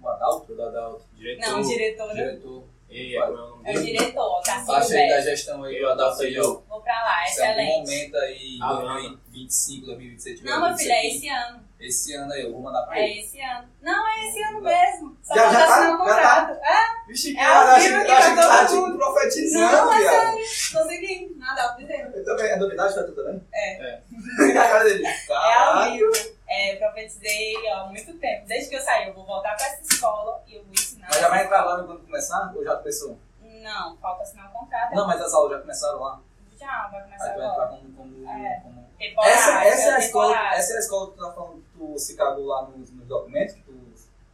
O Adalto, o Adalto. Não, diretora. Diretor. Ei, é como é o nome É o dele? diretor, tá Baixa aí da sendo gestão aí, o Adalto aí, ó. Vou pra lá, Se em algum excelente. momento aí, em Ah, 2025, 2027, Não, meu filho, é 2026, esse ano. Esse ano aí, eu vou mandar pra É ele. esse ano. Não, é esse ano mesmo. Só Já- já, já tá tá? assinando o Já tá? contrato. É, Vixe, É ao acha- vivo aqui acha pra tá, todo tipo, mundo. profetizando, Não, é viado. consegui. Na Dalto Bezerra. Eu também, é novidade pra tu também? É. É. [laughs] Fica a cara dele. É ao Caralho. vivo. É, eu profetizei há muito tempo. Desde que eu saí, eu vou voltar pra essa escola e eu vou ensinar. Mas já vai entrar lá quando começar? Ou já começou? Não, falta assinar o contrato. Não, mas as aulas já começaram lá. Já, vai começar Aí tu vai agora. entrar como. como, É. como... Temporada, Essa, essa, é a temporada. escola, essa é a escola que tu tá falando que tu se cagou lá nos, nos documentos que tu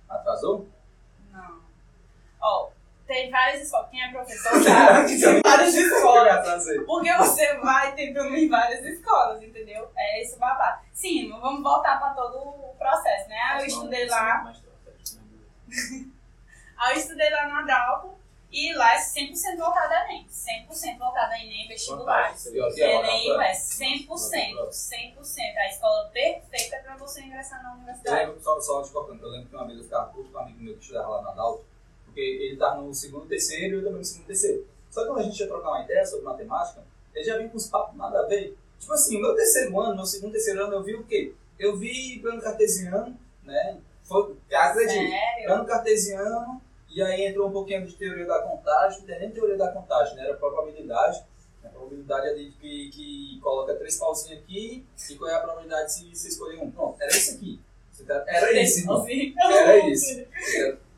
atrasou? Não. Ó, tem várias escolas. Quem é [laughs] professor sabe. tem várias Eu escolas. atrasei. Porque você vai ter também várias escolas, entendeu? É isso babado. Sim, mas vamos voltar pra todo o processo, né? Ah, eu estudei lá, ah, eu estudei lá na Adalto e lá é 100% voltada a Enem. 100% voltada a Enem vestibular. Fantástico. E, ó, aqui, ó, Enem na- é 100%, 100%. A escola perfeita pra você ingressar na Eu universidade. lembro, só, só te cortando, eu lembro que uma vez eu ficava puto com um amigo meu que estudava lá na Adalto, porque ele tava no segundo terceiro e eu também no segundo terceiro. Só que quando a gente ia trocar uma ideia sobre matemática, ele já vinha com uns papos nada a ver. Tipo assim, o meu terceiro ano, meu segundo terceiro ano, eu vi o quê? Eu vi plano cartesiano, né? Foi, acredito, Sério? plano cartesiano, e aí entrou um pouquinho de teoria da contagem, não tem nem teoria da contagem, né? Era probabilidade. A probabilidade ali que, que coloca três pauzinhos aqui, e qual é a probabilidade se você escolher um. Pronto, era isso aqui. Você tá- Era isso, irmão. Era isso.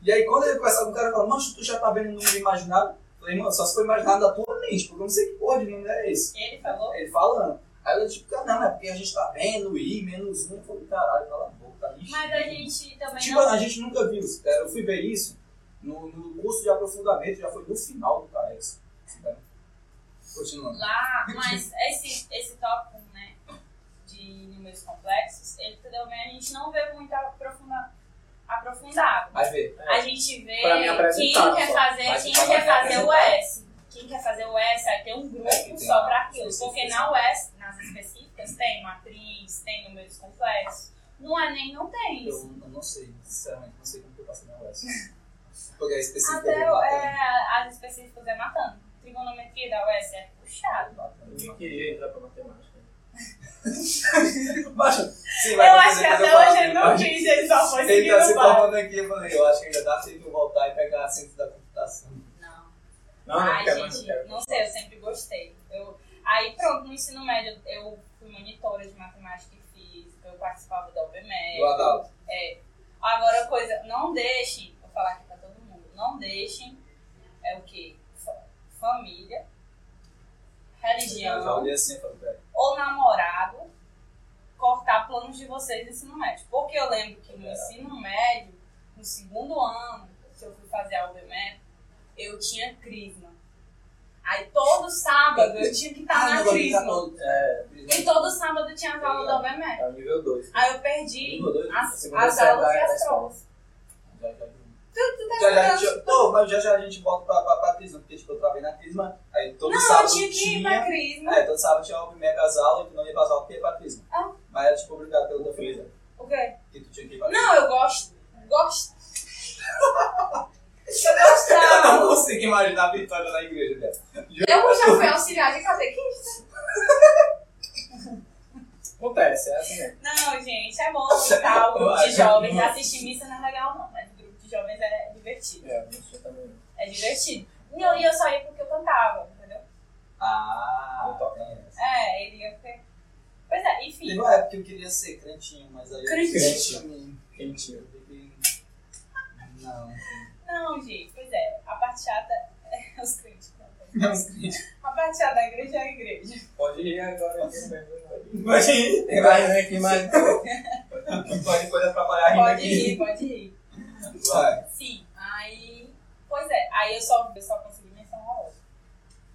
E aí, quando ele conversava com o cara, eu falava, mancho, tu já tá vendo o número imaginário? Eu falei, mano, só se foi imaginado da tua mente, porque eu não sei que porra de número é esse. Ele falou? Ele falando. Aí eu tipo, cara, não, é porque a gente tá vendo i menos um. Eu falei, caralho, cala a boca, tá lixo. Mas a gente também Tipo, não. a gente nunca viu isso, cara. Eu fui ver isso no, no curso de aprofundamento, já foi no final do CAES. Assim, tá? Continuando. Lá, mas esse, esse tópico, né? De números complexos, ele também a gente não vê muito aprofunda- aprofundado. Aí vê. A gente vê Pra mim quem apresentar, quer só. fazer, é Mas quem pra quer mim é fazer o apresentar. S. Quem quer fazer o S, aí tem É, um que tem grupo só lá, pra aquilo. específico, Porque na US, nas específicas, técnicas, tem matriz, tem números complexos. No Enem não tem isso. Eu, eu não sei, sinceramente, não sei como que eu passei na UES. Porque é específico. Até eu, é, as específicas é matando. Trigonometria da UES é puxado. Eu queria entrar pra matemática. Baixa. Sim, Eu acho que até hoje ele não quis, ele só foi Ele seguindo tá se o pai. formando aqui, eu falei, eu acho que ainda dá tempo voltar e pegar a ciência da computação. Não. Não, não Ai, quero mais, não gente, quero. não sei, eu sempre gostei. Eu, aí pronto, no ensino médio eu fui monitora de matemática e física, eu participava da UBMED. Do Adalto. É. Agora, coisa, não deixem, vou falar aqui pra todo mundo, não deixem, é o quê? Fa- Família, Eu já religião olhei assim e falei, peraí. ou namorado cortar planos de vocês no ensino médio. Porque eu lembro que no É. ensino médio, no segundo ano, que eu fui fazer a UBME, eu tinha crisma. Aí todo sábado eu tinha que estar na Ah, eu vou brincar crisma. todo- É, Tá E todo sábado eu tinha as aulas da UBME. É o nível 2. Aí eu perdi Nível dois? as, Segunda as série aulas da- e da as escola. provas. Já, já, já. Tu tá Já já, a ficando- gente, Pô, mas já já a gente volta pra, pra, pra Crisma, porque tipo, eu travei na Crisma, aí todo Não, eu sábado tinha que ir pra crisma. É, todo sábado tinha uma primeira das aulas, e tu não ia pras aulas porque ia pra Crisma. Ah. Mas era tipo obrigado pelo teu filho, O quê? que tu tinha que ir pra Crisma. Não, eu gosto. [laughs] Gosto. Gostava. Eu não consigo imaginar a Vitória na igreja né? dela. Eu já fui auxiliar de catequista. Acontece, é assim mesmo. Não, gente, é bom e tal. Grupo de jovens. Assistir missa não é legal, não. Mas grupo de jovens é divertido. É, não tinha também. não. É divertido. E eu, e eu só ia porque eu cantava, entendeu? Ah, Eu tô- é. É, ele ia porque. Pois é, enfim. Teve uma época que eu queria ser crentinho, mas aí Crentinho. eu também. Quentinho. Não. Não, gente, pois é. A parte chata é [laughs] os crentes. Não, crente. A parte chata da igreja é a igreja. Pode ir agora. aqui, né? Mas Tem mais, né? Tem mais. pode coisa atrapalhar a rima Pode aqui. ir, pode ir. Vai. Sim, aí. Pois é, aí eu só, eu só consegui menção rosa.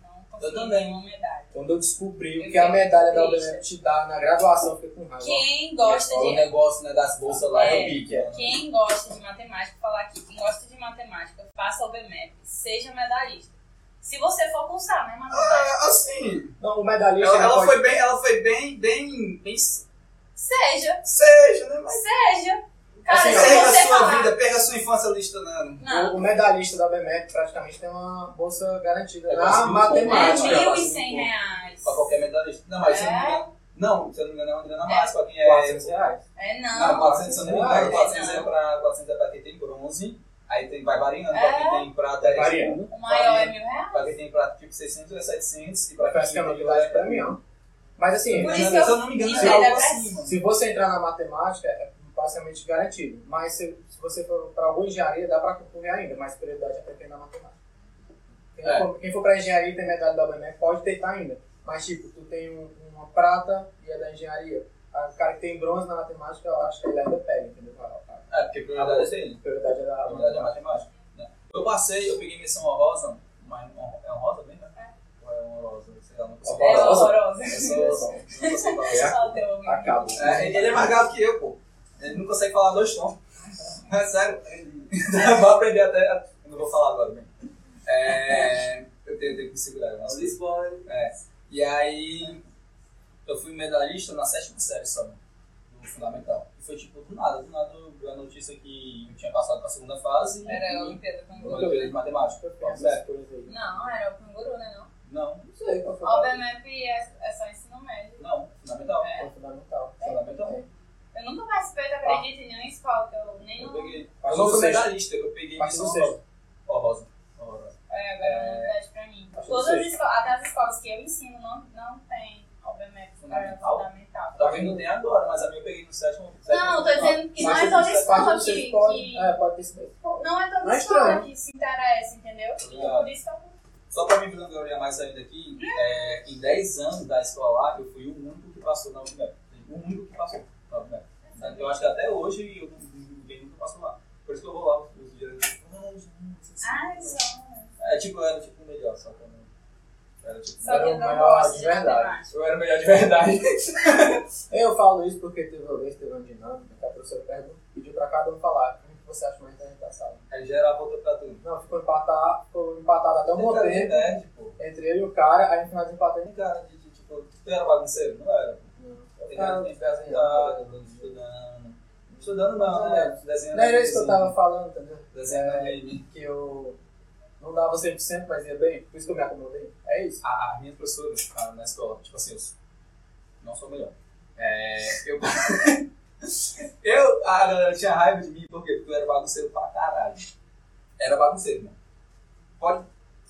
Não consegui também. nenhuma medalha. Quando eu descobri o Eu que a fiquei medalha da triste. UBM te dá na graduação, eu fiquei com raiva. Quem gosta O de. negócio né, das bolsas lá É. é o pique. é. Quem gosta de matemática, falar aqui, quem gosta de matemática, faça o BMEP, seja medalhista. Se você for cursar, né, matemática? É, Assim, Não, o medalhista Ela, né, ela pode... foi bem, ela foi bem, bem, bem Seja, seja, né? Mas seja. Cara, Assim, se pega a você sua falar. vida, pega a sua infância né? listando. Não, O, o medalhista da UBMEC praticamente tem uma bolsa garantida É, na conseguiu um pouco, é matemática, matemática. né? R$ ela se 1.100 empurra. reais. Pra qualquer medalhista. Não, mas se eu não me engano. Não, se eu não me engano, é uma grana mais pra quem é. 400 reais. Ah, É, Não, não. 400 se eu não me engano, 400 é pra, 400 é pra quem tem bronze. Aí tem, vai variando, pra quem É. tem prata é Variando. tipo, O maior é mil reais. Pra quem tem prata tipo 600 é 700. E pra quem Parece que é tem novidade pra mim, ó. Mas assim, Por Mas, isso se que eu eu não me engano, isso é é algo depressão. assim. mano. se você entrar na matemática, é basicamente garantido. Mas se, se você for pra alguma engenharia, dá pra concorrer ainda, mas prioridade é pra quem é na matemática. Quem, É. for, quem for pra engenharia e tem medalha da UBMEC pode tentar ainda. Mas tipo, tu tem um- uma prata e é da engenharia. Ah, O cara que tem bronze na matemática, eu acho que ele ainda pega, entendeu? A- a- É, porque prioridade é dele. a prioridade é da Na verdade é matemática. Né? Eu passei, eu peguei menção honrosa, mas é honrosa mesmo, né? Ou é honrosa? Sei lá, não consigo É falar. Horrorosa? horrorosa. Eu sou- eu sou- eu não consigo falar. Só o teu amigo. Acaba. É, ele é mais grave que eu, pô. Ele não consegue falar dois tons. É sério. Eu vou aprender até. Eu não vou falar agora, bem. É, eu tenho, tenho que me segurar. eu não sei. É. E aí. Eu fui medalhista na sétima série só, no fundamental. E foi tipo, do nada, do nada eu vi a notícia que eu tinha passado pra segunda fase. Era a e, Olimpíada com eu Guru. Olimpíada é de Matemática. Tá Essas coisas aí. Não, era o canguru, né? Não. Não, Não sei qual foi O a BMEP é, é só ensino médio. não, fundamental. É. foi fundamental. Fundamental. Eu nunca participei, tu acredita, em nenhuma escola, que eu nem Eu no. peguei. Faz Eu não um fui sexto. medalhista, eu peguei Faz um menção sexto. honrosa. Honrosa. Honrosa. É, agora é uma novidade pra mim. acho que Todas seja. as escolas, até as escolas que eu ensino, não, não tem, obviamente, Fundamental? fundamental. fundamental. Tá. Talvez Tá não tenha agora, mas a minha eu peguei no sétimo. Não, eu tô dizendo que não é Mas toda faz escola Mas vocês que. podem- que- É, pode ter sido. Não é Não toda escola é estranho. que se interessa, entendeu? ligado. Por isso que eu. Só pra me gloriar mais ainda aqui, é, que em 10 anos da escola lá, eu fui o único que passou na UFMEP. O único que passou na UFMEP. Sabe? Eu acho que até hoje eu não- ninguém nunca passou lá. Por isso que eu vou lá, os diretores falam, "Ah, gente, Ai, um- João. É tipo, eu era tipo o melhor, só que eu não. eu Era tipo. Só que eu Era não uma gosto de de verdade. matemática. Eu era o melhor de verdade. Eu falo isso porque teve uma vez, teve uma dinâmica, que a professora perguntou, pediu pra cada um falar o que você acha mais interessante da sala. Aí já era a volta pra tudo. Não, ficou empatado, ficou empatado até um bom Cara de tempo nerd, pô. entre eu e o cara, aí no final desempatei. Cara de, de, tipo, tu era bagunceiro? Não era. Não, Tá, tá estudando. Estudando não, né? Desenhando. Não era isso que eu tava É. falando, também. Desenhando anime. Que eu não dava 100%, mas ia bem. Por isso que eu me acomodei. É isso. A, a minha professora cara, na escola, tipo assim, eu sou- não sou o melhor. É, eu. [laughs] eu. A galera tinha raiva de mim porque eu era bagunceiro pra caralho. Era bagunceiro, né? Pode.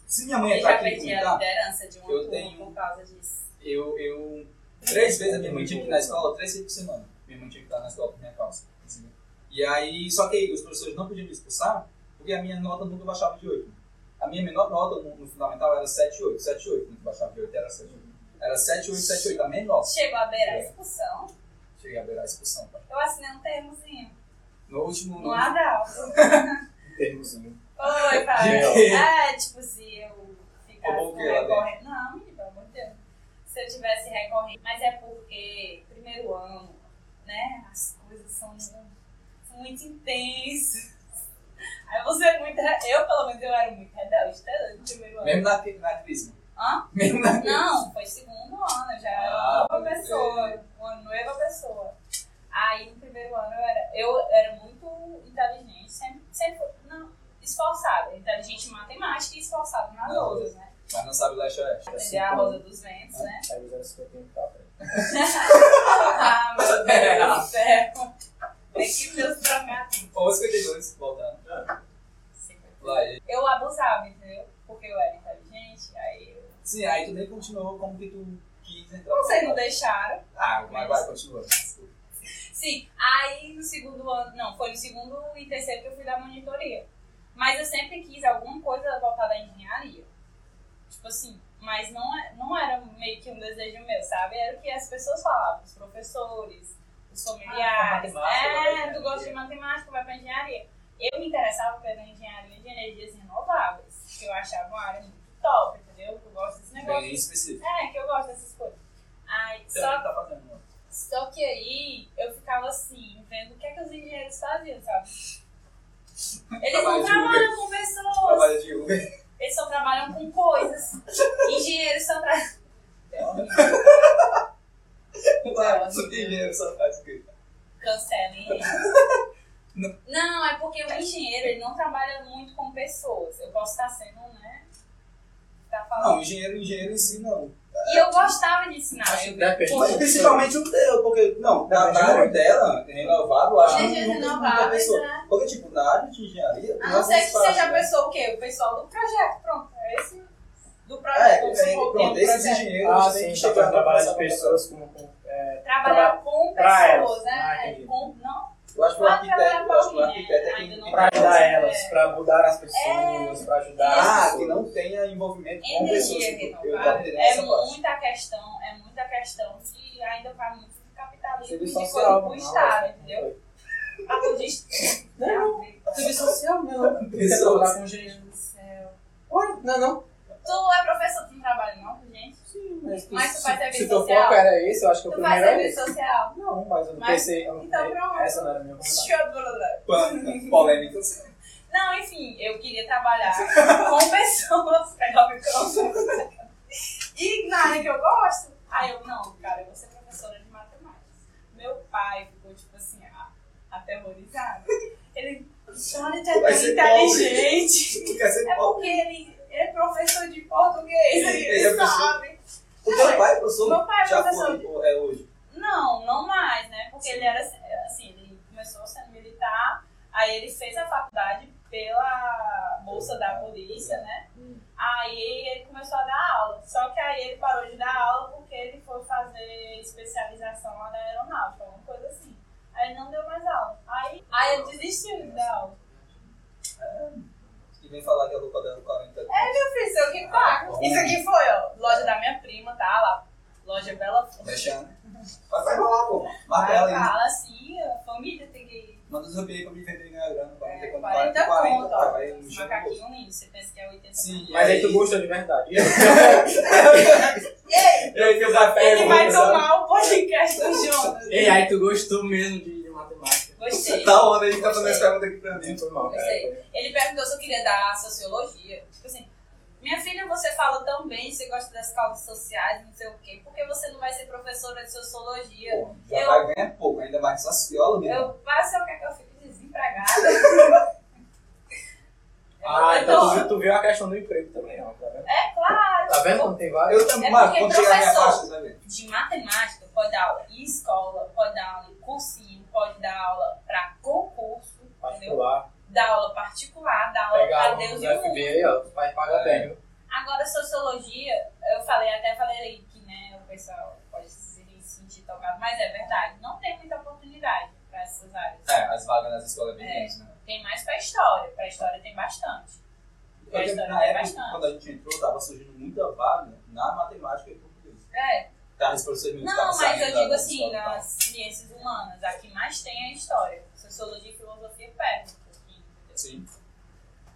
Se minha mãe Eu entrar já aqui e perdi a comentar, liderança de uma Eu turma tenho- por causa disso. eu, eu. Três vezes a minha mãe tinha que ir na escola, três vezes por semana. Minha mãe tinha que estar na escola por minha causa. entendeu? E aí, só que os professores não podiam me expulsar porque a minha nota nunca baixava de 8. A minha menor nota no, no fundamental era 7, 8. 7, 8, nunca baixava de 8, era 7, 8. Era 7, 8, 7, 8, a menor. Chegou a beirar a É. expulsão. Cheguei a beirar a expulsão, cara. Eu assinei um termozinho. No último. No Adalto. Termozinho. Oi, quê? Fábio. Ah, tipo, se eu ficasse Roubou o com quê lá recorrente. Não, menino, pelo amor de Deus. Se eu tivesse recorrente. Mas é porque, primeiro ano, né? As coisas são, são muito intensas. Aí você é muito. re- Eu, pelo menos, eu era muito rebelde, tá? doido, No primeiro ano. Mesmo na, na crisma. Hã? [laughs] Mesmo na Não, foi segundo ano, eu já era Ah, uma nova pode pessoa, uma nova pessoa. Aí no primeiro ano eu era, eu era muito inteligente, sempre, sempre fui- não, esforçada, inteligente em matemática e esforçada nas Nas outras, né? Mas não sabe o leste oeste. Aprender a rosa dos ventos, né? Aí os anos 50 tá velho. ah, meu Deus do céu! Tem que meus trocados. Ou 52, voltando. Lá, e... Eu abusava, entendeu? Porque eu era inteligente, aí eu. Sim, aí tu nem continuou como que tu quis entrar. Vocês não deixaram. Ah, mas vai, continua. Sim, aí no segundo ano, não, foi no segundo e terceiro que eu fui da monitoria. Mas eu sempre quis alguma coisa voltada à engenharia. Tipo assim, mas não, é- não era meio que um desejo meu, sabe? Era o que as pessoas falavam, os professores, os familiares. Ah, matemática, vai pra é, tu gosta de engenharia." matemática, vai pra engenharia. Eu me interessava pela engenharia de energias renováveis, que eu achava uma área muito top, entendeu? Eu gosto desse negócio. Bem específico. É, que eu gosto dessas coisas. Aí, Então, só o que tá fazendo, mano? só que aí eu ficava assim, vendo o que, é que os engenheiros faziam, sabe? Eles Trabalho não de trabalham com pessoas, Trabalho de um [laughs] Uber. eles só trabalham com coisas. Engenheiros só trabalham. Lá, não tem dinheiro, [laughs] só faz isso. Cancelem ele. Não. Não, é porque o engenheiro ele não trabalha muito com pessoas. Eu posso estar sendo, né? Tá falando. Ah, Não, engenheiro, engenheiro em si, não. E eu gostava de ensinar. Acho eu- que depende. Mas principalmente o teu, porque, não, na, na área dela, renovável, eu acho que Energias nunca- nunca renováveis, pensou. né? Porque, tipo, na área de engenharia... A não nossa, ser que espaço, seja a né? pessoa o quê? O pessoal do projeto. Pronto, é esse. Do É, projeto. vamos é, supor, tem um pronto, esses projeto. engenheiros Ah, a gente tem que sim, tá chegar pra lá trabalhar pra de essa- pessoas como. com- é, Trabalhar com pra pessoas, elas. né? Ah, entendi. Com- não, Eu acho que o Ah, trabalhar arquiteto, com eu acho que o alguém, arquiteto é né? quem... Ainda não quem pra tem- ajudar elas, pra mudar as pessoas, pra ajudar as Ah, pessoas. que não tenha envolvimento com pessoas. energia tipo, eu tava renovável entendendo é essa parte. muita questão, é muita questão que ainda vai muito de capitalismo e Serviço Tipo, de coisa social, pro não, Uhum. Estado, não, entendeu? foi. Papo de Estado. Serviço social, [laughs] não. Quer Pessoas. trabalhar com gente. Meu Deus do céu. Ué, não, não. Tu é professor, tu não trabalha não com gente? Sim, mas, Mas tu se- faz Se serviço teu social? foco era esse, eu acho que o é Tu faz primeiro era serviço esse. social? Não, mas eu não Mas- pensei. eu não- então pronto. Essa não era a minha vontade. Pan- Polêmicas. Não, enfim, eu queria trabalhar [laughs] com pessoas, pegar o microfone e na área que eu gosto. Aí eu, não, cara, eu vou ser professora de matemática. Meu pai ficou, tipo assim, a- aterrorizado. Ele, olha, tu [laughs] é Vai tão ser inteligente. Tu [laughs] quer ser É pobre. porque ele é professor de português, ele, Ele é sabe. O teu pai, professor, Meu pai é já professor. foi, ou é hoje. Não, não mais, né? Porque ele era assim, ele começou sendo militar, aí ele fez a faculdade pela bolsa da polícia, né? Hum. Aí ele começou a dar aula. Só que aí ele parou de dar aula porque ele foi fazer especialização lá na aeronáutica, alguma coisa assim. Aí ele não deu mais aula. Aí, aí ele desistiu de dar aula. E vem falar que a roupa dela é 40 Eu fiz, eu que pago. Isso aqui foi, ó, loja da minha prima, tá lá. Loja Bela Flor. Mexendo. né? Mas vai rolar, pô. Marca Aí ela eu aí. falo assim, a família tem que ir. Manda os upgrades pra me vender e ganhar grana. 40 É, quando 40 40, conto, 40, ó. vai no chão. Macaquinho lindo, você pensa que é 80 Sim, Mas aí tu gostou de verdade. E aí que eu é, Ele vai tomar. tomar o podcast do Jonas. E aí, tu gostou mesmo de, de matemática? Gostei. Tá onda aí que É tá fazendo essa pergunta aqui pra mim. Foi mal, Eu sei. cara. Ele perguntou se eu queria dar sociologia. Tipo assim, Minha filha, você fala tão bem, você gosta das causas sociais, não sei o quê. Por que você não vai ser professora de sociologia? Pô, já Eu- vai ganhar pouco, ainda mais que saciola, meu. Eu faço o que é que eu fico desempregada. Eu- Ah, eu então tu tô- viu- tu viu a questão do emprego também, ó. Tá vendo? É claro. Tá vendo como tem vários? Eu também, É mano, porque quando chegar na minha professor- faixa, sabe? De matemática, pode dar aula em escola, pode dar aula em cursinho, pode dar aula pra concurso, entendeu? Particular. Dá aula particular, dá aula Pegar pra alunos Deus e o da mundo. FB aí, ó. Os pais pagam É. bem, viu? Agora, sociologia, eu falei, até falei aí que né, o pessoal pode se sentir tocado, mas é verdade, não tem muita oportunidade para essas áreas. É, as vagas nas escolas bem É. grandes, né? Tem mais para história, para história tem bastante. Eu É, lembro, história na é época, bastante. quando a gente entrou, tava surgindo muita vaga na matemática e português. É. Tá, os professores mesmo Não, tavam mas eu saindo da- digo da assim, escola tá? e tal. nas ciências humanas, a que mais tem é a história. Sociologia e filosofia perdem um pouquinho, entendeu? Sim.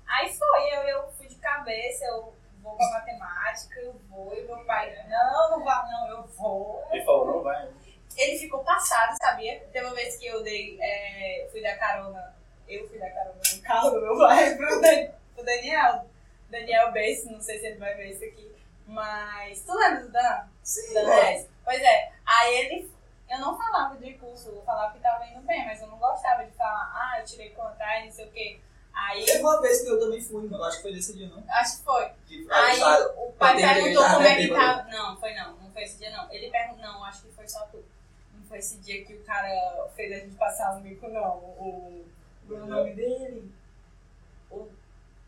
Aí foi, eu, eu fui de cabeça, eu vou pra matemática, eu vou, e meu pai, não, não vá, não, eu vou. Ele falou, não vai. Ele ficou passado, sabia? Teve uma vez que eu dei, é, fui dar carona, eu fui dar carona no carro do meu pai [laughs] pro, Dan, pro Daniel. Daniel Bass, não sei se ele vai ver isso aqui, mas. Tu lembra do Dan? Sim. Dan Reis? Pois é, aí ele. Eu não falava de curso, eu falava que tava indo bem, mas eu não gostava de falar, ah, eu tirei contar, não sei o quê. Aí, Teve uma vez que eu também fui, mano. Acho que foi nesse dia, não? acho que foi. Que, Aí sabe, o pai Tem que perguntou ligar, como né? é que Tem tava. Não, foi não, não foi esse dia não. Ele perguntou, não, acho que foi só tu. Não foi esse dia que o cara fez a gente passar um mico, não. O. Qual é o nome dele? O,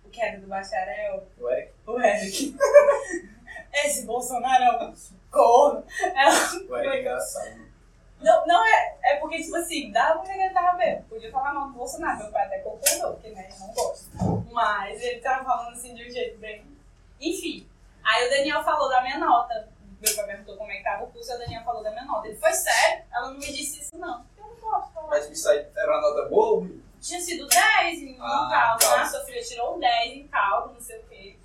o que era do bacharel? O Eric, O Eric. [laughs] Esse Bolsonaro é um corno. É um- o Eric é engraçado. Não, não é. É porque, tipo assim, dá pra ver que ele tava bêbado. Podia falar mal do Bolsonaro, meu pai até concordou, porque né, ele não gosta. Mas ele tava falando assim de um jeito bem. Enfim. Aí o Daniel falou da minha nota. Meu pai perguntou como é que tava o curso, e o Daniel falou da minha nota. Ele foi sério, ela não me disse isso, não. Eu não posso falar. Mas isso aí era uma nota boa ou ruim? Tinha sido 10 em um Ah, cálculo. tá. Ah, sua filha tirou um 10 em cálculo, não sei o quê.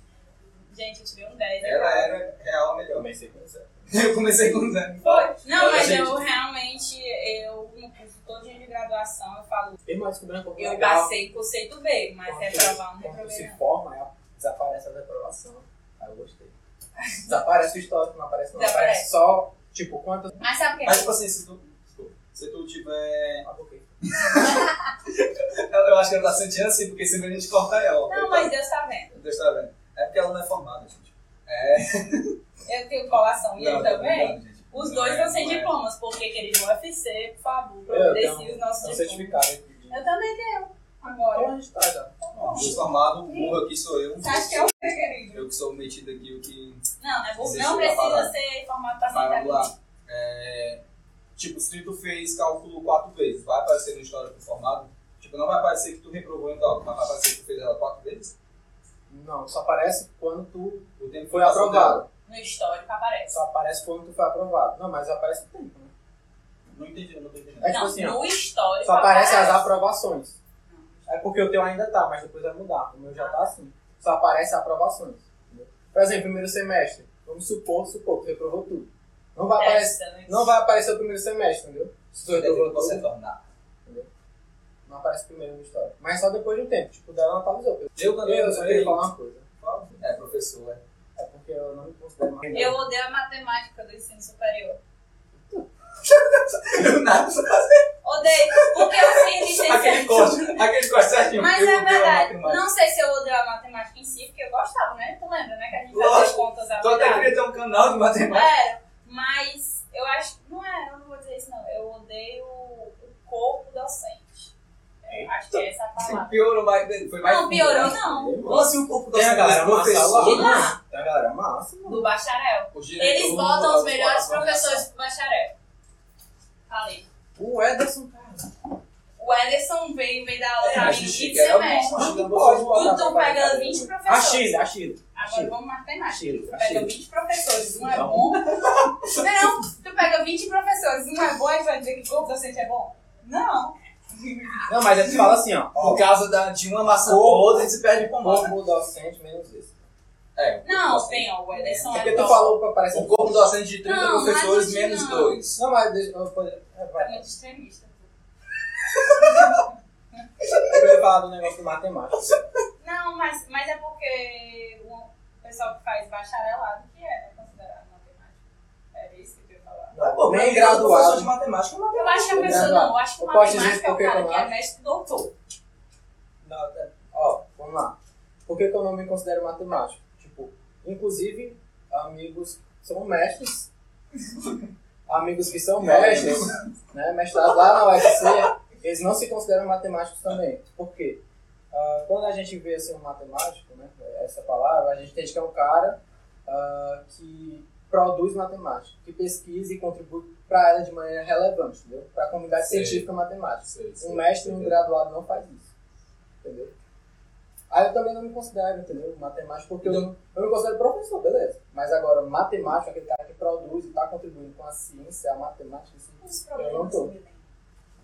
Gente, eu tirei um 10 em Ela cálculo. era real Eu melhor. também sei como é. um [laughs] Eu comecei com um zero. Foi. Não, Olha, mas gente. eu realmente, eu no curso todinho de graduação, eu falo. Tem mais como é que Eu legal. passei conceito B, mas Quando reprovar não tu- Quando tu reprovei. se não. forma, ela desaparece a deprovação. Aí eu gostei. Desaparece o histórico, não aparece não. Aparece Desaparece. só, tipo, quantas... Mas sabe o que Mas, é? tipo assim, se tu, desculpa, se tu tiver. Ah, ok. Eu, eu acho que ela tá sentindo assim, porque senão a gente corta ela. então, Não, mas Deus tá vendo. Deus tá vendo. É porque ela não é formada, gente. Eu tenho colação e ele Não, tá também. brincando, gente. Os Não dois é, vão sem não é. diplomas, porque querido UFC, por favor, Eu providencie os um São nossos diplomas. certificados aqui. de- Eu também tenho. Então Agora. a gente tá já. Ó, Deus formado, o burro aqui sou eu. Você acha que é o quê, querido? Eu que sou o metido aqui, o que. Não, né? Você Existe não uma precisa palavra. ser formado pra Mas sentar vamos aqui. lá. É, tipo, se tu fez cálculo quatro vezes, vai aparecer no histórico formado? Tipo, não vai aparecer que tu reprovou em cálculo, mas vai aparecer que tu fez ela quatro vezes? Não, só aparece quando tu O tempo que foi passou aprovado. No histórico aparece. Só aparece quando tu foi aprovado. Não, mas aparece o tempo, né? dela. Não entendi, eu não tô entendendo. É tipo Não, assim, ó. no histórico Só aparece as aparece. aprovações. É porque o teu ainda tá, mas depois vai mudar. O meu já tá assim. Só aparece aprovações. entendeu? Por exemplo, primeiro semestre. Vamos supor, supor, tu reprovou tudo. Não vai aparecer, Testa, né? não vai aparecer o primeiro semestre, entendeu? Se tu Tem reprovou que você tudo, tornar. não aparece primeiro na história. Mas só depois de um tempo. Tipo, dela não atualizou. Eu também Eu só queria falar uma coisa. É, professor, é. [laughs] É porque eu não me considero mais. Eu odeio a matemática do ensino superior. Eu nada. Odeio, porque eu fiz licenciatura. Aquele corte, aquele corte certinho. Mas eu é odeio a verdade. matemática. Não sei se eu odeio a matemática em si, porque eu gostava, né? Tu lembra, né? Que a gente fazia as Lógico. contas à Tu até verdade. queria ter um canal de matemática. Era, mas eu acho. Não é, eu não vou dizer isso, não. Eu odeio o corpo docente. Eu acho que é essa a palavra. Piorou mais. Foi mais Não, piorou não. Como assim um pouco da É, Tem a galera massa De professor? lá, Tem a galera massa, mano. do bacharel. o diretor, Eles botam os a melhores formação. professores do bacharel. Falei. O Ederson, cara. O Ederson veio, veio dar aula pra É, A mim no um gente quinto que era bom, semestre. mas semestre. não pode botar E tu pra pega trabalhar. 20 A professores. Chile, a Chile. Agora vamos matemática. Chile, Tu a pega Chile. 20 professores, um é Não. [laughs] bom. Não, tu pega 20 professores, um é bom e tu vai dizer que corpo docente é bom? Não. Não, mas ele fala assim, ó. Por causa da, de uma maçã Corpo. ou outra, ele se perde com Corpo outra. corpo docente menos isso. É, o Não, corpo tem, ó, o Ederson É é porque tu bom. falou pra parecer. O corpo docente de 30 Não, mas professores hoje menos não. 2. Não, mas deixa eu. vou- é, Tá vai. muito extremista. Eu queria falar do negócio do matemática. Não, mas, mas é porque o- pessoal que faz bacharelado, que é né, considerado matemática. Era isso que eu ia falar. Não, Pô, bem bem graduado. graduado. de matemática, mas Eu acho que a pessoa não, eu acho que o Eu posso dizer matemático é o qualquer cara que é palavra? mestre doutor. não, tá. Ó, vamos lá. Por que, que eu não me considero matemático? Tipo, inclusive, amigos que são [laughs] mestres. amigos que são é mestres, né? Mestrados lá na UFC, eles não se consideram matemáticos também. Por quê? Ah, quando a gente vê assim um matemático, né? Essa palavra, a gente entende que é um cara ah, que produz matemática, que pesquisa e contribui para ela de maneira relevante, entendeu? Para a comunidade Sei. científica matemática. Sei, sei. Um mestre e um graduado não faz isso. Entendeu? Aí eu também não me considero, entendeu? Matemático, porque eu, não- eu me considero professor, beleza. Mas agora, matemático, aquele cara que produz e está contribuindo com a ciência, a matemática, [laughs] assim. Os Eu problemas não tô. que ele tem.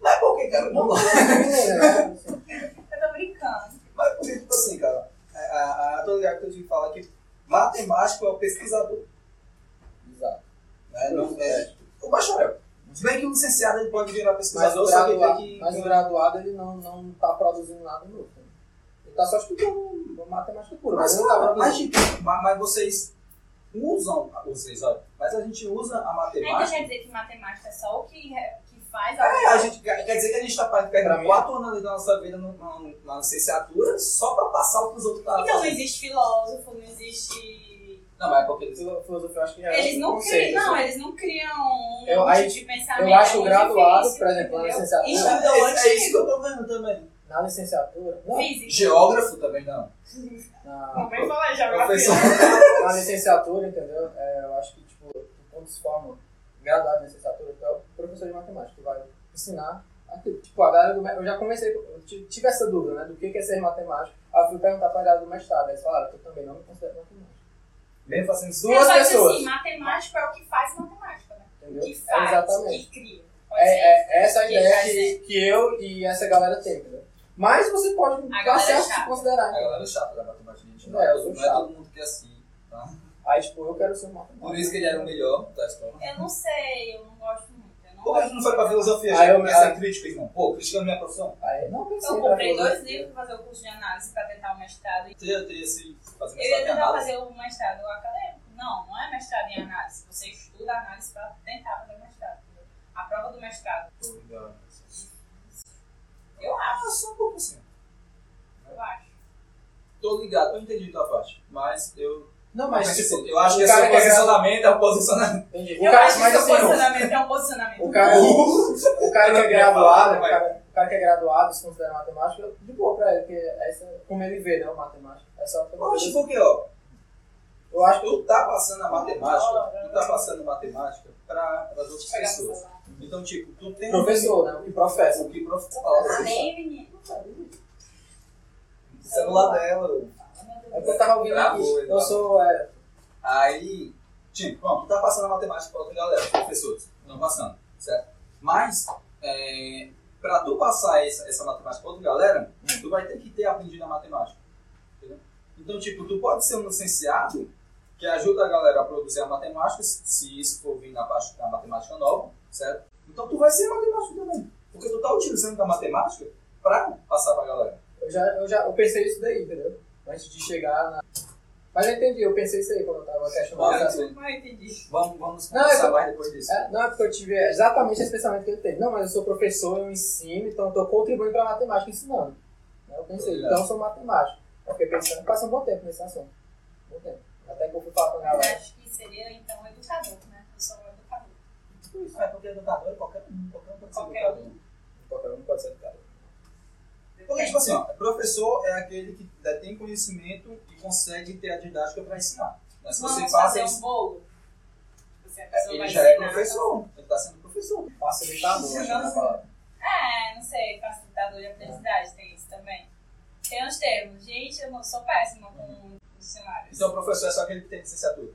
Mas por que, cara? Vamos lá. né? Eu tô brincando. É Mas por que, tipo assim, cara? A, a, a atualidade que eu tive que falar que matemático é o pesquisador. Exato. Né? Não é o bacharel. Se bem que o licenciado ele pode virar Mas, o pesquisador, só que tem graduado, que. mas o graduado, ele não, não tá produzindo nada novo. né? Ele tá só estudando matemática pura. um Mas, ele não tá cara, produzindo. mas, tipo, mas, mas vocês usam, vocês, olha, mas a gente usa a Então matemática. quer dizer que matemática é só o que, é- que faz É, a gente quer quer dizer que a gente tá Pra perdendo mim- quatro anos da nossa vida no- na, na licenciatura só pra passar o que os outros estavam Então não fazendo. existe filósofo, não existe. Não, mas é porque eles... Filo- Filosofia, eu acho que já é Eles não, conceito, criam, não, assim. eles não criam um Eu monte acho- de pensamento. Eu acho é o muito graduado, difícil, por exemplo, na entendeu? licenciatura. Estudante. É, é isso que eu tô vendo também. Na licenciatura. Não, Física. Geógrafo também não. na, Não vem falar Professor. geografia. na licenciatura, entendeu? É, eu acho que, tipo, tu quando se forma graduado em licenciatura, tu é o professor de matemática, tu vai ensinar aquilo. Tipo, a galera do me- Eu já comecei, eu ti- tive essa dúvida, né, do que que é ser matemático. Aí eu fui perguntar pra galera do mestrado, aí eles falaram, eu também não me considero matemático, Mesmo fazendo isso. Duas eu acho pessoas. assim, matemática é o que faz matemática, né? entendeu? Que faz, É exatamente. que cria. Pode ser. É, é essa a Que ideia faz, que, que eu e essa galera tem, entendeu? Mas você pode A dar galera é certo chata. se considerar. A entendeu? galera é chata da matemática, gente. Não, É, todo- eu sou não é chato. todo mundo que é assim. Tá? Aí, tipo, eu quero ser matemático. Por isso que ele era um o melhor da escola. Eu não sei, eu não gosto muito. Eu não Por que a gosto gente não foi pra filosofia? Ah, Já eu- começa a ah. crítica, irmão. Pô, criticando minha profissão. Aí, não, pensei Eu pra comprei filosofia. dois livros pra fazer o curso de análise pra tentar o mestrado. Eu Você já teria se fazer ia mestrado em tentar análise? fazer o mestrado acadêmico. Não, não é mestrado em análise. Você estuda análise pra tentar fazer o mestrado. entendeu? A prova do mestrado, eu acho, Ah, só um pouco assim. eu acho. Tô ligado, eu entendi tua parte. Mas eu. Não, mas, Mas, tipo, eu acho que o é cara seu que é gra- posicionamento, é o posicionamento. Entendi. O Eu cara- acho que mas seu assim, ó, posicionamento é um posicionamento. O cara, o cara que é né, graduado, o cara, o cara que é graduado, se considera matemático, eu- de boa pra ele, porque é isso- como ele vê, né, o matemático. É só pra [laughs] Poxa, porque, ó, Eu acho que tu tá passando a Ah, é. matemática, tu tá passando matemática pra, pras outras Pegar no pessoas. celular. Então, tipo, tu tem professor, né, o que professa. o que professor Amém, menino. o celular dela. É porque eu tava ouvindo Gravou, aqui, ele eu tá- sou, é, Aí, tipo, bom, tu tá passando a matemática pra outra galera, os professores, estão passando, certo? Mas, é, pra tu passar essa, essa matemática pra outra galera, né, tu vai ter que ter aprendido a matemática. entendeu? Então, tipo, tu pode ser um licenciado que ajuda a galera a produzir a matemática, se- se isso for vir na parte da matemática nova, certo? Então tu vai ser matemático também, porque tu tá utilizando a matemática pra passar pra galera. eu já, eu já, eu pensei isso daí, entendeu? Antes de chegar na... Mas eu entendi, eu pensei isso aí quando eu tava questionando. essa- Não entendi. Vamos, vamos Não, eu conversar tô- mais depois disso. É, não, é porque eu tive exatamente esse pensamento que ele teve. Não, mas eu sou professor, eu ensino, então eu tô contribuindo pra matemática ensinando. Aí Eu pensei, Obrigado. então eu sou matemático. Eu fiquei pensando, passa um bom tempo nesse assunto. Um bom tempo. Até que eu fui falar com a Tá Eu galera. acho que seria, então, educador, né? Eu sou um educador. É porque educador é qualquer um, qualquer um pode ser Qualquer um. educador. Qualquer um pode ser educado. Porque, tipo assim, ó, professor é aquele que detém conhecimento e consegue ter a didática para ensinar. Mas se você Vamos passa fazer um isso, bolo? Você, a pessoa ele vai já é ensinar, professor, ele está sendo professor. tá Facilitador, né, acho que é uma palavra. É, não sei, facilitador de aprendizagem, tem isso também. Tem uns termos. Gente, eu não sou péssima com dicionários. Então, professor é só aquele que tem licenciatura.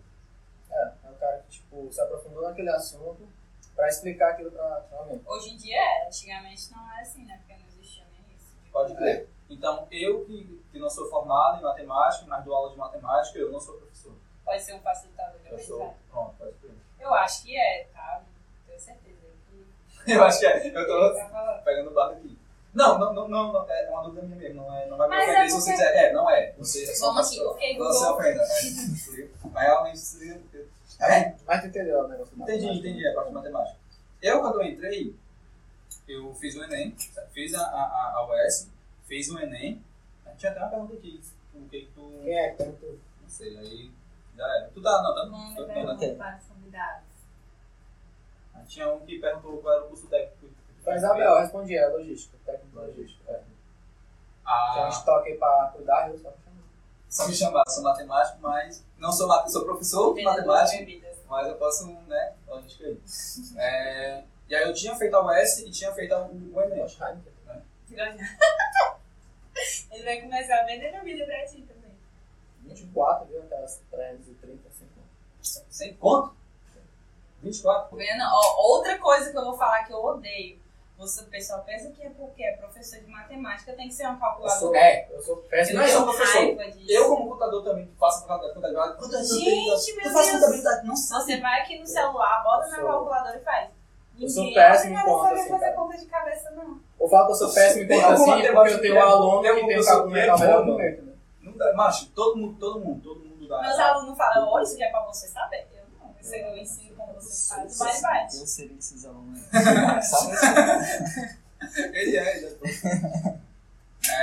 É, é um cara que, tipo, se aprofundou naquele assunto pra explicar aquilo pra, pra alguém. Hoje em dia era, antigamente não era assim, né? Porque não existia nem isso. Pode crer. É. Então, eu que, que não sou formado em matemática, mas dou aula de matemática, eu não sou professor. Pode ser um facilitador de Eu sou. aprendizagem. Pronto, pode crer. [laughs] Eu acho que é, tá? Tenho certeza que Eu acho que é. Eu tô tá falando. pegando o barco aqui. Não, não, não, não, não, é uma dúvida minha mesmo. Não, é, não vai me Mas ofender é se você porque- quiser. É, não é. Você é só Vamos aqui, professor. ok, Não se Google. ofenda. né? [laughs] Mas realmente se liga porque. Mas tu entendeu o negócio? Entendi, entendi a parte de matemática. Eu, quando eu entrei, eu fiz o Enem, fiz a, a, a US, fiz o Enem. Tinha até uma pergunta aqui, o que que tu. Quem é? Tanto... Não sei, aí já era. Tu tá anotando? Manda Eu tô pergunta anotando. para os né, convidados. Aí Tinha um que perguntou qual era o curso técnico. Mas, Isabel, respondi, é logística, técnico logístico. É. Tinha um Ah, estoque aí pra cuidar, eu só me chamei. só me chamar, sou matemático, mas. Não sou matemático, sou professor de Vendedor de matemática. bebidas. [laughs] Mas eu posso, né? Lógico aí. É, e aí eu tinha feito a US e tinha feito a- o Enem. Acho que Ele vai começar a vender bebida pra ti também. 24, viu? Aquelas 330, assim. Sem conto? 24? Tá vendo? Ó, outra coisa que eu vou falar que eu odeio. Você, o pessoal pensa que é porque é professor de matemática, tem que ser um Eu calculador. sou, é, eu sou péssimo. Não é só tenho professor. raiva disso. Eu, como computador também, que faço contabilidade, contabilidade, quantas eu tenho? Gente, meu eu faço Deus. contabilidade, não sabe. Então, Você vai aqui no celular, bota na Eu sou- calculadora e faz. eu sou Ninguém péssimo em vai conta, saber assim, fazer cara. conta de cabeça, não. Eu falo que eu sou péssimo em Tem conta alguma assim, porque matemática eu que tenho é- um aluno tem que algum tem um professor cálculo que é mental melhor bom, do né? meu. entendeu? Não dá, macho, todo mundo, todo mundo, todo mundo dá. Meus alunos falam, olha, isso aqui é pra você saber. Eu não, isso aí eu ensino como você faz, vai, vai. Eu seria esses alunos. Ele é, ele é. todo. [laughs]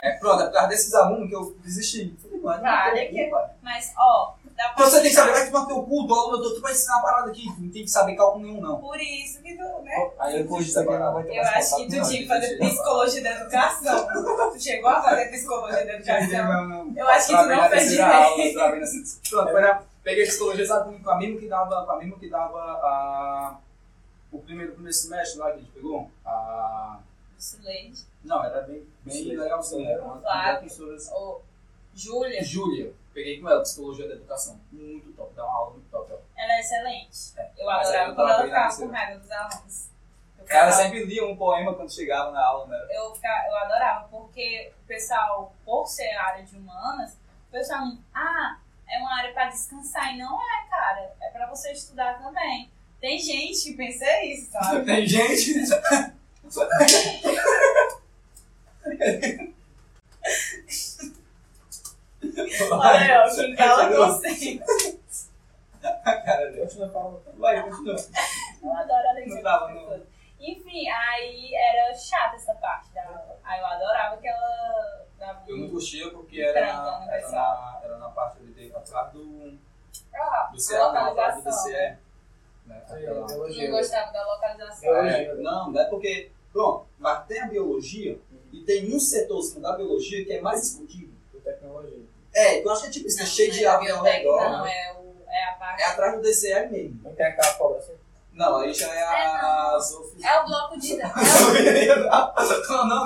É, pronto, é por causa desses alunos que eu desisti. Falei, mano, Tá, não tem olha aqui. como, cara. Mas, ó, dá pra... Então você tem que saber, vai tomar teu cu, do aluno, eu tô, tu vai ensinar a parada aqui, não tem que saber cálculo nenhum, não. Por isso que tu, né? Aí eu curti também não vai ter Eu mais acho que tu contato, tinha que não, fazer gente. psicologia da educação. Tu chegou a fazer psicologia da educação. Eu acho que tu Travei não na fez terceira direito. aula, tá? travei nessa- Pronto, foi na- Peguei psicologia sabe, com a mesma que dava, com a mesma que dava a- o primeiro, o primeiro semestre lá que a gente pegou. A- Silente. não, era bem, bem Sim. legalzinho, era uma Claro. das professoras. Ô, Júlia, Júlia, peguei com ela, psicologia da educação. Muito top, dá uma aula muito top. ó. ela é excelente. Eu Mas aí adorava eu quando ela travei na ficava com terceira. raiva dos alunos. Eu Ela ficava- sempre lia um poema quando chegava na aula, né? eu, fica- eu adorava, porque o pessoal, por ser a área de humanas, o pessoal, ah, é uma área pra descansar. E não é, cara. É pra você estudar também. Tem gente que pensa isso, [laughs] sabe? Tem gente. Olha, eu, quem cala consente. Cara, Deus. Continua falando. Vai, continua. Eu adoro a alegria Não das dava, não. pessoas. Enfim, aí era chata essa parte da aula. Aí eu adorava que ela dava um- Eu não curtia porque Pera, era, então, não vai era, na, era na parte ali de, atrás do, Ah, do CE, a não, atrás do localização. DCE. Né? Aí, Aquela- ó, Não elogio. gostava da localização. Eu- É, não, não é porque. Pronto, mas tem a biologia Uhum. e tem um setorzinho da biologia que é mais escondido. de Tecnologia. É, eu acho que é tipo isso, é Não, cheio não de é a árvore ao redor. biblioteca, Não, é, o, é a parte. É atrás do DCE mesmo. Não tem aquela cobra assim? Não, aí já é É, a. não. a Sophie. É o bloco de dança. [laughs] Não, não,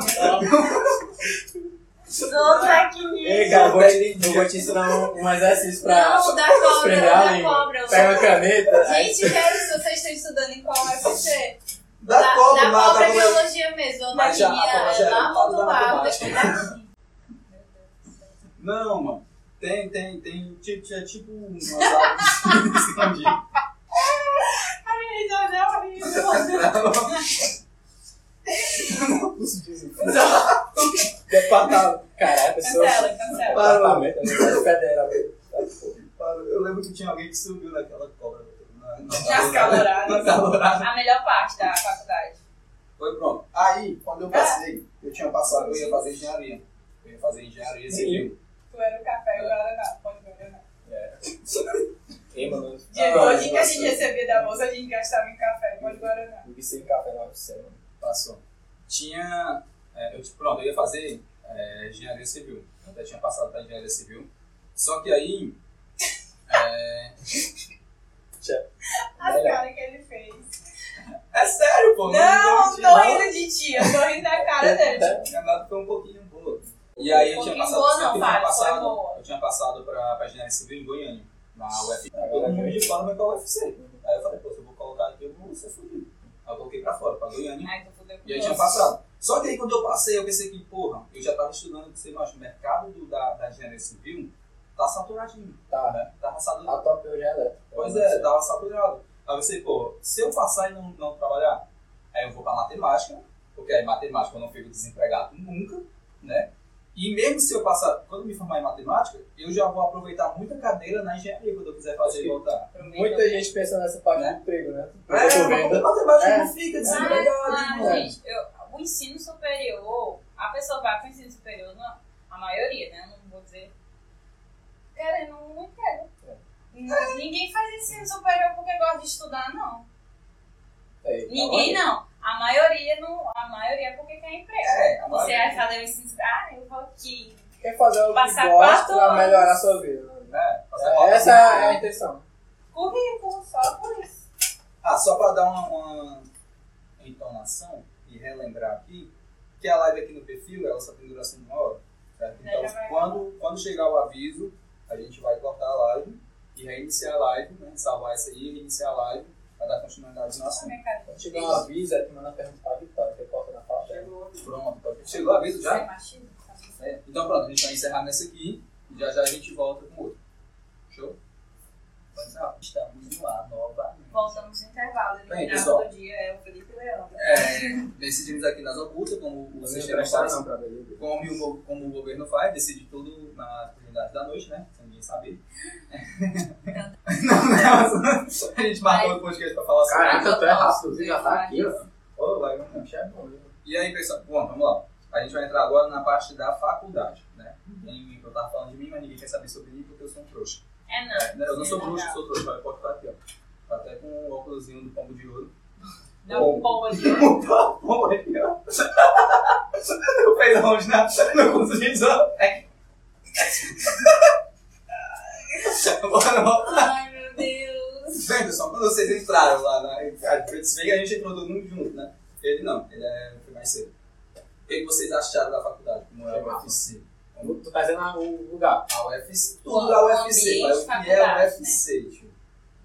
Sou Ei, técnica. cara, eu vou te, eu vou te ensinar um, um exercício pra Não, da cobra, esfregar a da língua. cobra. eu Pega uma sou- caneta. aí- Gente, velho, se vocês estão estudando em qual UFC? Dá cobra, da nada, cobra é como é- biologia mesmo. Eu Mas já- a cobra já é era lá voltada da modulada. matemática. daqui. Não, mano. Tem, tem, tem. Tipo, é tipo umas aulas [laughs] escondidas. Ai, não, não, horrível. [laughs] Departamento. Caralho, a pessoa. Cancela, cancela. Departamento, né? Federal. Eu lembro que tinha alguém que subiu naquela cobra. Na, na, [laughs] Nas caloradas. Na calorada. A melhor parte da faculdade. Foi pronto. Aí, quando É. eu passei, eu tinha passado, eu ia fazer engenharia. Eu ia fazer engenharia civil. Tu era o café e o guaraná. Pode beber, não. Ei, mano. Diego, o que que a gente recebia da bolsa, a gente gastava em café, pode guaraná. Eu vi sem é um café na UFC, mano. Passou. Tinha. é, eu, pronto, eu ia fazer é, engenharia civil. Eu até tinha passado para engenharia civil. Só que aí. É, As Melhor. caras que ele fez. é sério, pô. Não, tinha- tô rindo de ti, eu tô rindo da cara [laughs] dele. Minha nota foi um pouquinho boa. E aí eu Um tinha pouquinho passado, boa só não, que eu Fábio, tinha foi passado, boa. eu tinha passado pra, pra engenharia civil em Goiânia, na UFC. Todo mundo É, de fora vai pra UFC. Aí eu falei, pô, se eu vou colocar aqui, eu vou ser fudido. Aí eu coloquei pra fora, pra Goiânia. Ai, tô fudendo com E aí tinha doce. passado. Só que aí quando eu passei, eu pensei que, porra, eu já tava estudando, sei lá, o mercado do- da, da engenharia civil tá saturadinho, Tá, né? Tava saturado. a top hoje é elétrica. Pois é, tava saturado. Aí eu pensei, pô, se eu passar e não, não trabalhar, aí eu vou pra matemática, porque aí matemática eu não fico desempregado nunca, né? E mesmo se eu passar, quando me formar em matemática, eu já vou aproveitar muita cadeira na engenharia quando eu quiser fazer e voltar. Muita gente pensa nessa parte Né? do emprego, né? Eu tô É, vendo. mas matemática É. não fica desempregado, Mas, mas mano. gente, eu- o ensino superior, a pessoa vai para o ensino superior, não- a maioria, né? Não vou dizer. Cara, eu não, não quero. Não, Ninguém faz ensino superior porque gosta de estudar, não. É, tá Ninguém não. A maioria não. A maioria é porque quer emprego. É, a Você vai maioria. fazer o ensino superior. Ah, eu vou aqui. bom. Quer fazer o que Passar gosta quatro pra anos. melhorar a sua vida. né? né? Passar É, Tá quatro Essa anos. é a intenção. Currículo, só por isso. Ah, só para dar uma, uma entonação e relembrar aqui, que a live aqui no perfil, ela só tem duração de uma hora. Certo? Já Então, É, já vai quando, quando chegar o aviso, a gente vai cortar a live e reiniciar a live, né? salvar essa aí, reiniciar a live, para dar continuidade no Só assunto. minha cara. Quando tiver um aviso, aí tu manda perguntar a Vitória, que coloca na pauta. Pronto, pode- chegou o aviso Isso é Tá já? machismo, sabe? É. Então pronto, a gente vai encerrar nessa aqui e já já a gente volta com outro. Show? Vamos encerrar. Estamos no ar novamente. Voltamos no intervalo. Bem, Eliminado Tá pessoal. do dia é o Felipe Leandro. É, decidimos aqui nas ocultas, como o Vocês sistema está prestaram não é pra ver. como, o go- como o governo faz, decide tudo na comunidade da noite, né? Sem ninguém saber. [laughs] não, não, a gente marcou o podcast pra falar sobre Caraca, tu é rápido, você você já tá aqui, ó. Ô, vai, vamos lá. Puxa, é bom, viu? E aí, pessoal, bom, vamos lá. A gente vai entrar agora na parte da faculdade, né? Ninguém, eu tava falando de mim, mas ninguém quer saber sobre mim porque eu sou um trouxa. É não. É, eu não sou Sim, bruxo, legal. sou trouxa, mas pode estar aqui, ó. Tá Até com o óculosinho do pombo de ouro. Dá Bom. um boa de pombo aqui, ó. Não fez aonde, né? Não consegui dizer. É. Bora, bora. Ai, [laughs] meu Deus. Bem, pessoal, quando vocês entraram lá na. Se bem que a gente entrou todo mundo junto, né? Ele não, ele é, foi mais cedo. O que que vocês acharam da faculdade? Como é a UFC? Como Tu tá dizendo ah, o lugar. a UFC? Tudo a UFC, mas o que é a UFC, tio?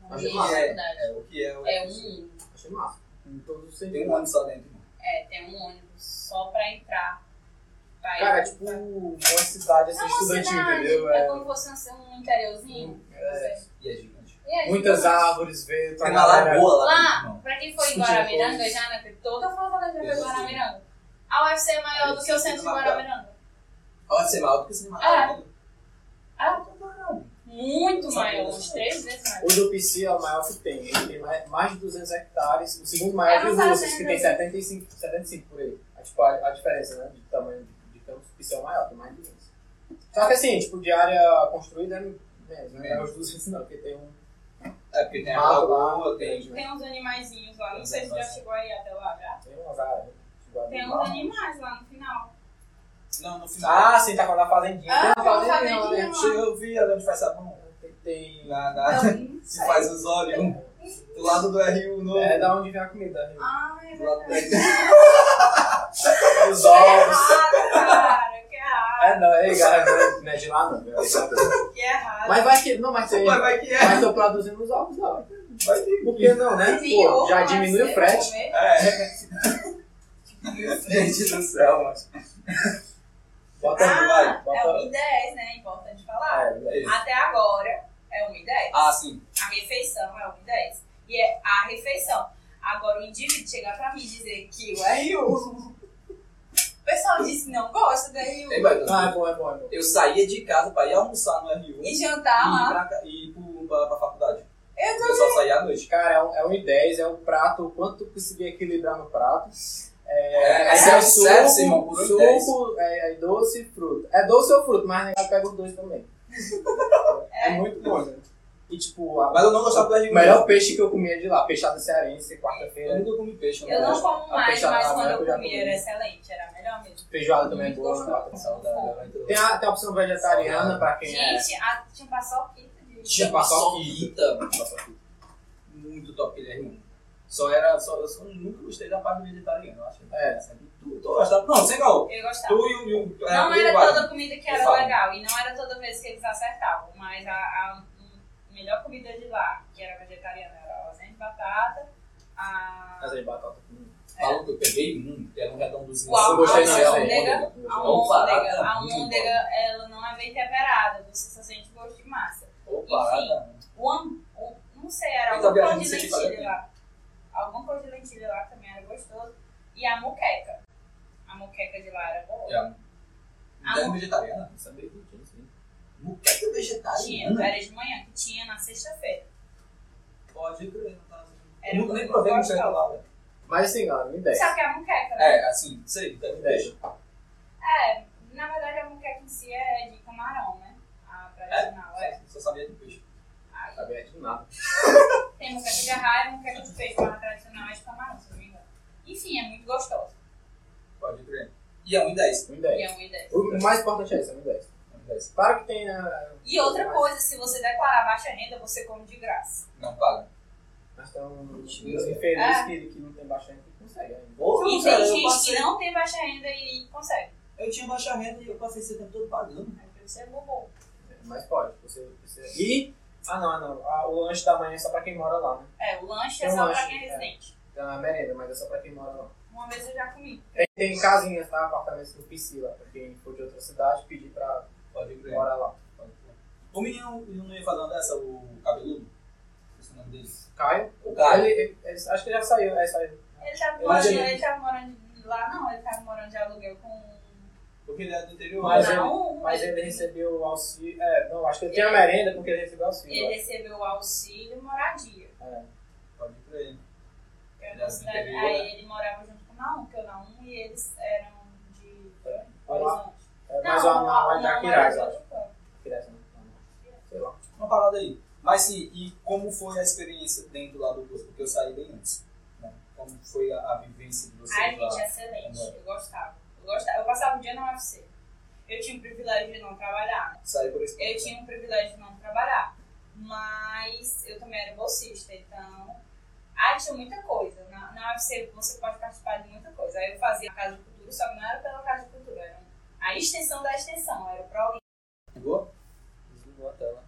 O Ambiente que de faculdade. é, é, o que é a É UFC? um, Achei massa. Em todos os Tem sentidos. um ano só dentro, mano. é, tem um ônibus só pra entrar. Pra Cara, é ir- tipo uma cidade É assim, uma estudantil, cidade, entendeu? É É, como se fosse assim, um interiorzinho. Você- E é gigante. E aí, muitas tipo, árvores, vento, Tem a uma galera- lagoa lá dentro, Lá, irmão. pra quem foi em Discutindo Guaramiranga coisas. já, né? Porque toda Fortaleza já foi Isso. Guaramiranga. A UFC é maior Aí do que o você centro de tem que matar. Guaramiranga. Olha, você é maior do que você Ah, mata. Ah, muito Só maior, tem uns isso. três vezes mais. O do PC é o maior que tem. Ele tem mais mais de 200 hectares. O segundo É maior uma é de Russas, que fazenda, tem né? 75, 75 por aí. É, tipo, a, a diferença, né? De tamanho de, de campos, o PC é o maior, tem mais de 200. Só que assim, tipo, de área construída é menos, né? Não é os 200 não, porque tem um É porque tem a mato lagoa, lá. né, tem. Tem uns animaizinhos lá, não sei se já chegou aí até lá já. Tem umas áreas. né? Tipo, ali Tem uns lá. animais lá no final. Não, no final. Ah, sim, tá falando da fazendinha. Ah, tem Tem uma uma fazendinha né? lá. Eu vi ali onde faz sabão. Tem- Tem... Na, na, [laughs] Então, se faz os olhos. um, Do lado do RU novo. É da onde vem a comida. né? Ah, é Do lado do um. verdade. RU. Ah, Os ovos. Errado, cara. Que errado. É, não, é galera, não é de lá, não. Mas Que errado. vai que. Não, mas tem. Mas vai que é. Mas tô produzindo os ovos lá. Vai que Por que não, né? Pô, já diminui o frete. é. [laughs] Gente do céu, mano. Bota aí, Ah, vai. é Bota o I10, né? É importante falar. É, é. Até agora é o I10. Ah, sim. A refeição é o I10. E é a refeição. Agora o indivíduo chegar pra mim e dizer que o RU. O pessoal disse que não gosta do Ei, RU. Baita, Ah, é bom, é bom, é bom. Eu saía de casa pra ir almoçar no RU E e ir jantar lá. ah. pra, ca- e ir pro, pra, pra faculdade. Eu Eu só saía à noite. Cara, é um, é um I10, é um prato, o quanto tu conseguir equilibrar no prato. É, Aí sério, tem sério, Simão, por um suco é, é doce e fruta. É doce ou fruta, mas negado pega os [laughs] dois também. É, É. muito bom, né? E tipo, a- Mas eu não gostava do RU. o melhor peixe que eu comia de lá, peixada cearense, Eu quarta-feira. nunca comi peixe. Eu não como A mais, feijoada mas lá, quando eu né? eu já comia comi. era excelente, era melhor mesmo. Feijoada também é boa, Gostoso. né? Bota sal. Saudade. Tem a, tem a opção vegetariana pra quem é. Gente, a, tinha paçoquita de. Tinha paçoquita. Nossa, Muito top, Guilherme. Só era. Só, eu só nunca gostei da parte vegetariana. Eu acho que É. sempre tu, tu gostava. Não, sem gol. Eu gostava. Tu e o. e o- é, Não tu e o era Wagner. toda comida que Eu era falo. legal e não era toda vez que eles acertavam, mas a, a melhor comida de lá, que era vegetariana, era lasanha de batata, a, Asa de batata comigo. Falou que eu peguei um, que era um redondozinho. Uau, é Eu gostei não, não, era um almôndega. almôndega. a Vamos parar, almôndega. tá? A Muito almôndega, ela não é bem temperada, você só sente gosto de massa. Opa, tá. O, am- o não sei, era Então, alguma Bia, a coisa de gente sente fazer lentilha lá. Alguma coisa de lentilha lá também era gostoso. E a moqueca. A moqueca de lá era boa. É, Mulher vegetariana? Não sabia que tinha isso. Muqueca Tinha, né? vegetariana? era de manhã, que tinha na sexta-feira. Pode crer, não tá. Era Eu nunca nem muito provei gostosa. muqueca lá, velho. Mas assim, galera, uma ideia. Só que a muqueca, né? né? É, assim, sei, deve ter. É, na verdade a muqueca em si é de camarão, né? A tradicional, é. Só sabia de peixe. Aí Sabia é de nada. tem muqueca de arraia e muqueca de peixe, mas a tradicional é de camarão, se eu não me engano. Enfim, é muito gostosa. Pode crer. E é 1 e 10. Uma E ideia. é uma ideia. O mais importante é isso, é uma ideia. 1 e 10. Claro que tem né? na. E outra coisa, se você declarar baixa renda, você come de graça. Não paga. Mas estão os Mentira. infelizes É. que, que não tem baixa renda que consegue né? ainda. E cara, tem eu gente que passei- não tem baixa renda e consegue. Eu tinha baixa renda e eu passei esse tempo todo pagando. Aí pra você é bobo. Mas pode, você precisa. E. Ah não, ah não. Ah, o lanche da manhã é só pra quem mora lá, né? É, o lanche é Eu só acho, pra quem é é. residente. Tem a merenda, mas é só pra quem mora lá. Uma vez eu já comi. Tem, tem casinhas, tá? Apartamentos do Priscila, pra quem for de outra cidade, pedir pra Pode crer. morar lá. Pode crer. O menino ele não ia fazer uma dessa, o cabeludo? Esse é o nome dele. Caio? O Caio. Ele, ele- ele- acho que já saiu, é, saiu. Ele tava Eu morando, imagino. ele tava morando lá, não, ele tava morando de aluguel com. um Porque ele é do interior. Mas né? ele- não, um Mas ele, ele recebeu o auxílio. É, não, acho que ele tem a Ele- merenda porque ele recebeu auxílio. ele recebeu o auxílio e moradia. eu acho. É. Pode crer. Que Ele era era uma do cidade- interior, aí ele morava junto com o Naum, que o Naum e eles eram de Horizonte. É, Não, mas o a Naum não é era da de Quirais, eu acho. outro canto. Quirais não. não, não. Sei lá. Uma parada aí. Mas sim, e como foi a experiência dentro lá do curso? Porque eu saí bem antes. Né? Como foi a, a vivência de vocês Ai, lá? gente, excelente. Eu gostava. Eu gostava. Eu passava o dia na UFC. Eu tinha o privilégio de não trabalhar. Saí por esse Eu tinha o privilégio de não trabalhar. Mas eu também era bolsista, então. Ai, tinha muita coisa. Na, na UFC você pode participar de muita coisa. Aí eu fazia a Casa de Cultura, só que não era pela Casa de Cultura, era a extensão da extensão, era o ProLink. Ligou? Desligou a tela.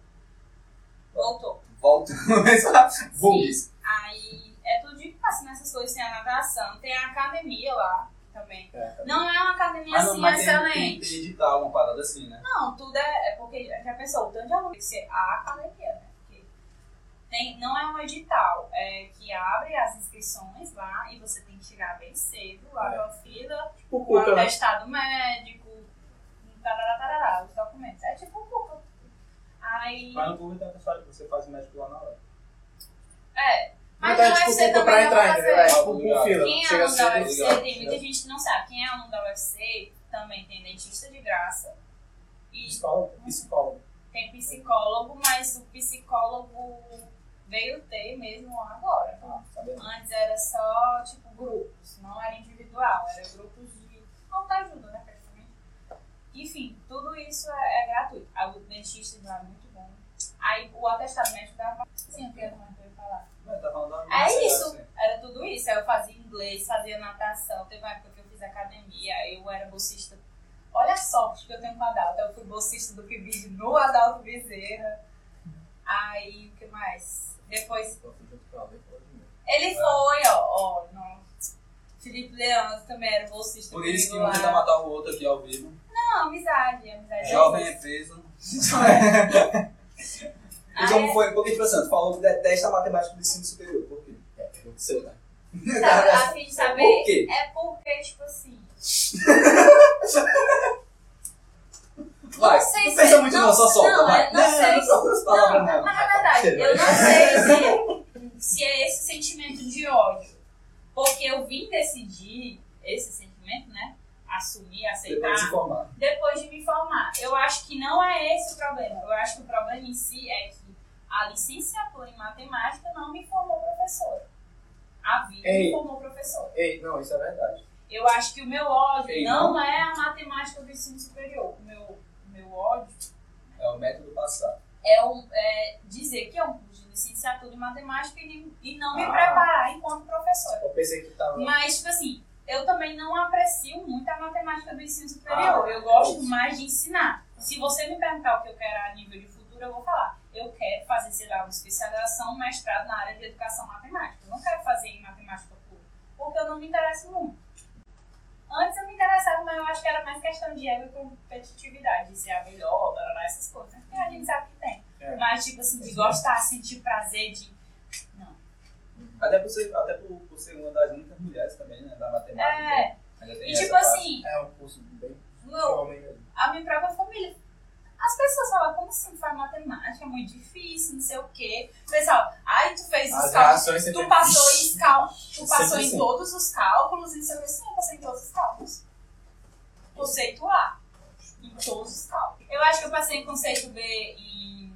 Voltou. Volta. [laughs] ah, Vulgues. Aí é tudo de assim, nessas coisas, tem a natação, tem a academia lá também. É, tá. Não é uma academia Ah, não, assim mas tem, tem, excelente. tem edital, uma parada assim, né? Não, tudo é, é porque já pensou, o tanto de aluno tem que ser a academia, né? Porque tem, não é um edital, é que abre as inscrições lá e você tem que chegar bem cedo lá É. pela fila, Tipo o com o Cuca, né? atestado médico, tarará, tarará, os documentos. É tipo um pouco. Aí. Mas no Google tem a pessoa que você faz o médico lá na hora. É. Mas Mas é não tipo deve ser Cuca também pra não vai entrar, entendeu? É fazer. tipo com fila. Quem é Chega aluno da cedo. UFC, legal, tem muita gente que não sabe. Quem é aluno da UFC também tem dentista de graça. E Psicólogo? Psicólogo. tem psicólogo, mas o psicólogo veio ter mesmo agora. Ah, sabendo. Antes era só, tipo, grupos, não era individual, era grupos de autoajuda, né, praticamente. Enfim, tudo isso é, é gratuito. Aí O dentista de lá é muito bom. Aí o atestado médico dava pra... Sim, assim, eu quero mais eu ia falar. Mas tá falando da É nossa, isso. assim. Era tudo isso. Aí eu fazia inglês, fazia natação. Teve uma época que eu fiz academia, eu era bolsista. Olha a sorte que eu tenho com a Adalto. Eu fui bolsista do PIBID no Adalto Bezerra. Aí, o que mais? Depois, Então, fica junto com ela, depois, né? É. ele foi, ó, ó, não. Felipe Leandro também era bolsista Por isso que comigo um tenta lá. matar o outro aqui ao vivo. Não, amizade, amizade. Jovem é [laughs] preso. Ah, E como é? foi? Porque, tipo assim, tu falou que detesta a matemática do ensino superior. Por quê? Não sei, né? é, tá, assim, Sabe, a fim de saber, Por quê? é porque, tipo assim, Vai, Não sei não se- pensa muito é, não, não, só solta, não, vai. é- não sei não se- procura as palavras Não, não. mas na verdade, eu não sei se, se é esse sentimento de ódio. Porque eu vim decidir esse sentimento, né? Assumir, aceitar, Depois de se formar. depois de me formar. Eu acho que não é esse o problema. Eu acho que o problema em si é que a licenciatura em matemática não me formou professora. A É vida me Ei. formou professora. Ei, não, isso é verdade. Eu acho que o meu ódio Ei, não, é a matemática do ensino superior. O meu, o meu ódio É o método passado. é, um, é dizer que é um curso de licenciatura em matemática e, e não me Ah. preparar enquanto professora. Eu pensei que tava. Mas, tipo assim, eu também não aprecio muito a matemática do ensino superior. Ah, eu gosto é isso. mais de ensinar. Se você me perguntar o que eu quero a nível de futuro, eu vou falar. Eu quero fazer, sei lá, uma especialização, um mestrado na área de educação matemática. Eu não quero fazer em matemática pura, porque eu não me interesso muito. Antes eu me interessava, mas eu acho que era mais questão de ego e competitividade, de ser a melhor, blá, blá, blá, essas coisas. né? Porque a gente sabe que tem. É. Mas, tipo assim, de gostar, sentir prazer, de. Não. Até por ser, até por, por ser uma das únicas mulheres também, né? Da matemática. É. Ainda tem E, tipo essa parte. assim, É um curso bem. no, homem mesmo. a minha própria família. As pessoas falam, como assim, tu faz matemática, é muito difícil, não sei o quê. Pessoal, ai, tu fez As os cálculos, reações sempre... tu passou em, cal... tu passou Sempre em assim. todos os cálculos, e não sei o quê. Sim, eu passei em todos os cálculos. Conceito A, em todos os cálculos. Eu acho que eu passei em conceito B em...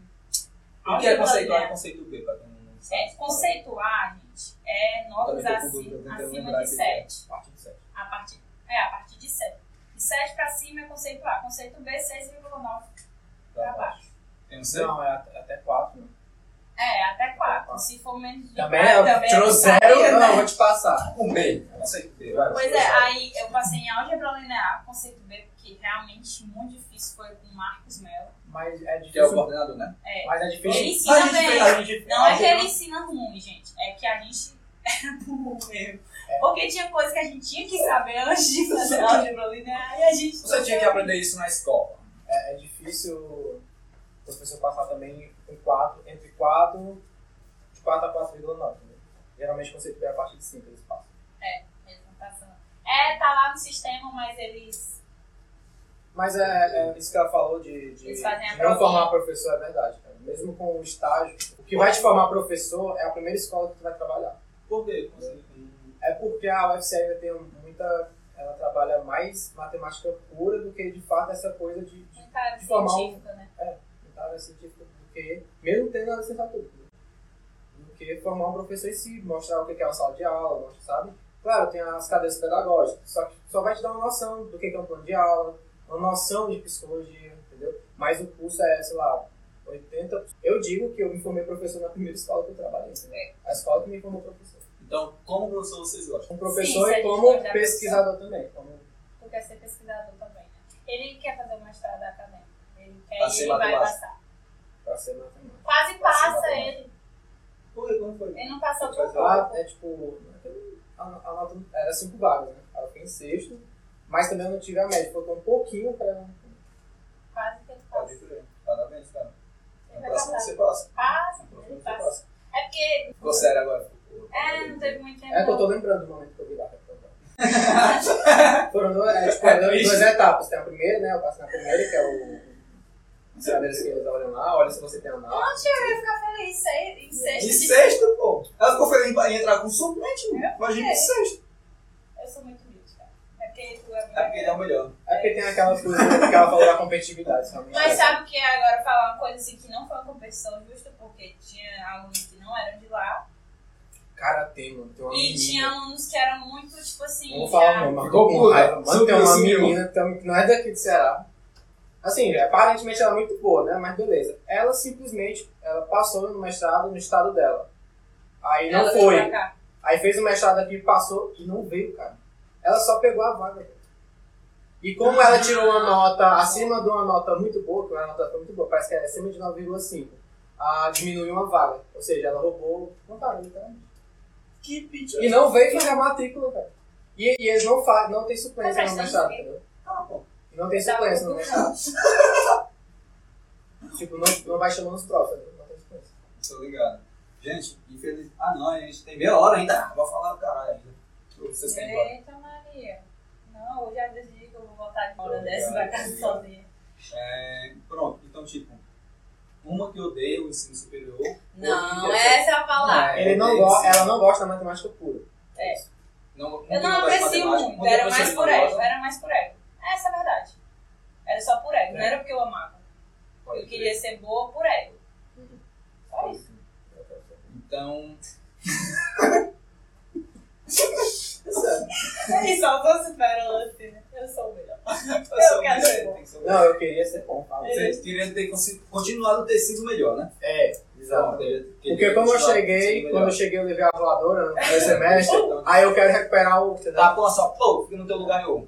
O que é conceito A e conceito B, pra quem não tipo assim, É, sabe? conceito A, gente, é notas Agora eu tô com dúvida, acima, eu tô tentando acima lembrar de aqui. 7. Parte de sete. A partir, é, a partir de 7. De 7 para cima é conceito A. Conceito B, 6,9 para Pra baixo. baixo. Tá, Tem um C? Não, é at- até 4. É, até 4. Se for menos de Também quatro, é- tirou zero, sabia, não, né? Não, vou te passar. Um B. Conceito B. vai. Pois é, aí eu passei em álgebra linear, conceito B, porque realmente muito difícil foi com o Marcos Mello. Mas é Que é o difícil. coordenador, né? É, Mas é difícil. Ele ensina a gente, bem. A gente, Não é que álgebra- ele ensina ruim, gente. É que a gente [laughs] era burro mesmo. É. Porque tinha coisa que a gente tinha que saber antes de [laughs] fazer álgebra linear e a gente. Você tinha que aprender isso na escola. É, é difícil o professor passar também em 4, entre 4, de 4 a 4,9. Né? Geralmente quando você tiver a parte de 5 eles passam. Eles não passam. É, tá lá no sistema, mas eles. Mas é, é isso que ela falou de, de, Eles fazem a de não provinha. formar professor, é verdade. Cara. Mesmo com o estágio, o que vai te formar professor é a primeira escola que tu vai trabalhar. Por quê? É porque a UFC ainda tem muita. Ela trabalha mais matemática pura do que de fato essa coisa de, de Não tá De forma científica, né? tentar área científica do que, mesmo tendo a licenciatura, né? do que formar um professor em si, mostrar o que é uma sala de aula, mostrar, sabe? Claro, tem as cadeiras pedagógicas, só que só vai te dar uma noção do que é um plano de aula, uma noção de psicologia, entendeu? Mas o curso é, sei lá, 80%. Eu digo que eu me formei professor na primeira escola que eu trabalhei, É. entendeu? a escola que me formou professor. Então, como professor vocês gostam? Como Sim, se professor a e gente como olhar pesquisador também. Como... Tu quer ser pesquisador também, né? Ele quer fazer o mestrado acadêmico. Ele quer Pra ser e ele vai matemático. passar. Pra ser matemático. Quase Pra ser passa matemático. ele. Por quê? Como foi? Ele não passou por um Lá pouco. é tipo. A, a nota era cinco vagas, né? Ela foi em sexto, mas também eu não tive a média, faltou um pouquinho pra. Quase que ele Tá Pode passa. crer. Parabéns, cara. Ele No vai próximo passar. você passa. Passa, No ele próximo você passa. passa. É porque. Ficou sério agora. É, não teve muito tempo. É que eu tô não. lembrando do momento que eu vi lá. né? [laughs] Foram duas, é, tipo, eram triste. duas etapas. Tem a primeira, né? Eu passei na primeira, que é o. As cadeiras que eles olham lá, olha se você tem a nota. Ontem eu ia ficar feliz. sei- Em sexto De de- sexto, pô. Ela ficou feliz em entrar com suplente, Eu mano. Imagina de sei. sexto. Eu sou muito humilde, cara. É porque tu é É porque ele é o mulher. melhor. É porque tem aquela coisa que ela falou da competitividade, realmente. Mas sabe o que é agora falar uma coisa assim que não foi uma competição justa, porque tinha alunos que não eram de lá Cara, tem, mano. Tem uma e tinha menina. alunos que eram muito, tipo assim. Não vou já- falar um não, mas Ficou ficou com puta. raiva. Mano, tem uma Subiu, subiu. menina tam- que não é daqui de Ceará. Assim, aparentemente ela é muito boa, né? Mas beleza. Ela simplesmente ela passou no mestrado no estado dela. Aí não Ela veio pra foi. cá. Aí fez o mestrado aqui, passou e não veio, cara. Ela só pegou a vaga. cara. E como ela tirou uma nota acima de uma nota muito boa, que é uma nota foi muito boa, parece que era acima de 9,5, ah, diminuiu uma vaga. Ou seja, ela roubou né? uma vaga, literalmente. Que pitch. né? E não veio pagar matrícula, velho. E, e eles não fazem, não tem suplência Mas é no faz mestrado, sentido. entendeu? Ah, pô. Não tem Tá suplência no bom. mestrado. tipo, não, não vai chamando os próprios, entendeu? não tem suplência. Tô ligado. Gente, infeliz... Ah, não, a gente tem meia hora ainda. Vou falar do caralho ainda. Vocês têm embora. Eita, Maria. Não, eu já decidi que eu vou voltar de hora Obrigado, dessa pra casa obrigado. sozinha. É, pronto, então, tipo, uma que odeia o ensino superior. Não, outra que essa é a palavra. É, Ele não odeia go- esse- ela não gosta da matemática pura. É. não, Eu tem negócio não de aprecio matemática, muito, outra era pessoa mais que por É, não ego, gosta, era mais por ego. Essa é a verdade. Era só por ego, não É. era porque eu amava. pode Eu crer. queria ser boa por ego. Só isso. Então, [laughs] E só você pérola assim, né? Eu sou o melhor. essa quero mulher ser bom. tem que ser Não, eu queria ser bom, fala. É. Você queria ter consi- continuado ter sido melhor, né? É, Então, exato. teria- Porque teria quando eu continuado cheguei, sendo melhor. quando eu cheguei eu levei a voadora no primeiro semestre, Então, aí eu quero recuperar o... entendeu? Tá com a sua. Pô, fica no teu lugar, eu.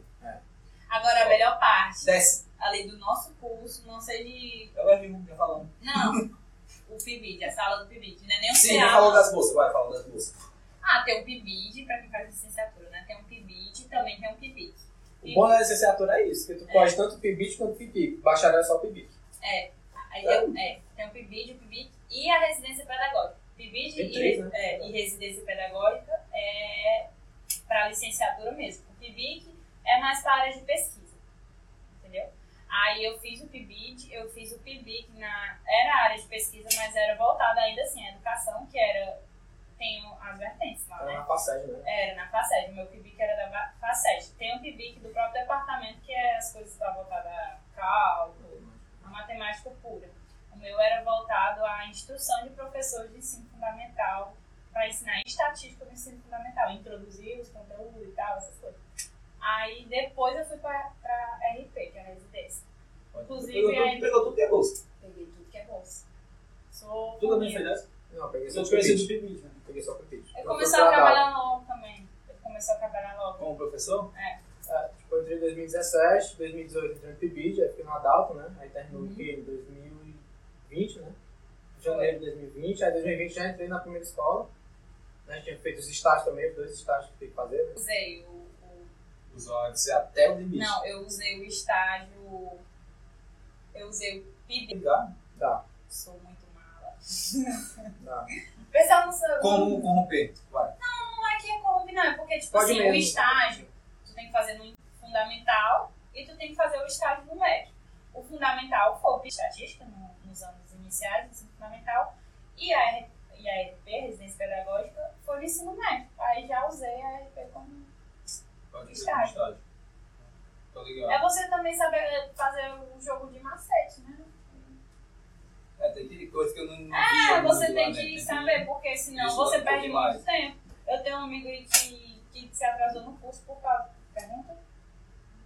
Agora a melhor parte, Desce. É além do nosso curso, não sei de. Ela riu, um, já falando. Não. O PIBID, a sala do PIBID, não é nem o Sim, CA, falou das bolsas, vai, falou das bolsas. Ah, tem um PIBID pra quem faz licenciatura, né? Tem um PIBID e também tem um PIBID. O bom da licenciatura é isso, que tu pode tanto PIBIT quanto PIBIC. Bacharel é só PIBIC. Aí tem, é, tem o PIBID, o PIBID e a residência pedagógica. PIBID Tem e, três, re- né? é, e residência pedagógica é para licenciatura mesmo. O PIBIC é mais para área de pesquisa, entendeu? Aí eu fiz o PIBID, eu fiz o PIBIC na. Era área de pesquisa, mas era voltada ainda assim à educação, que era. Tem o- as vertentes lá, Era né? na passagem, né? Era na FACED, o meu PIBIC era da Ba- FACED. Tem o PIBIC do próprio departamento, que é as coisas lá voltadas a cálculo, a matemática pura. O meu era voltado à instrução de professores de ensino fundamental, para ensinar estatística do ensino fundamental, introduzir os conteúdos e tal, essas coisas. Aí depois eu fui para RP, que é a residência. Inclusive, Pegou tudo- aí- Pegou tudo que é bolsa. Peguei tudo que é bolsa. Sou Tudo é bem, formada. Fernando? Não, peguei só Eu o te conheci do PIBID. PIBID, né? Peguei só o PIBID. Eu Eu comecei É fui a pra Dallas. trabalhar logo também. Eu comecei a trabalhar logo. Com o professor? É, tipo, eu entrei em 2017, 2018 entrei no PIBID, aí fiquei no Adalto, né? Aí terminou o quê? Em 2020, né? Janeiro de 2020, aí 2020 já entrei na primeira escola. né, A gente tinha feito os estágios também, os dois estágios que tem que fazer, né? Usei o, o- Os olhos, é até o limite. Não, eu usei o estágio. Eu usei o PIB. Tá? Dá, Sou muito mala. dá. O pessoal não sabe. Como corromper? Vai. Não é que é corrompe, não. É porque, tipo Pode assim, o mesmo. estágio tu tem que fazer no fundamental e tu tem que fazer o estágio no médio. O fundamental foi estatística no- nos anos iniciais, no ensino fundamental, e a, R- e a RP, residência pedagógica, foi no ensino médio. Aí já usei a RP como Pode ser um Estágio. estágio. Tô ligado. É você também saber fazer um jogo de macete, né? É, tem que coisa que eu não. não via É, muito você lá, tem né? que saber, porque senão Isso, você um perde pouco mais. muito tempo. Eu tenho um amigo aí que, que se atrasou no curso por causa. Pergunta?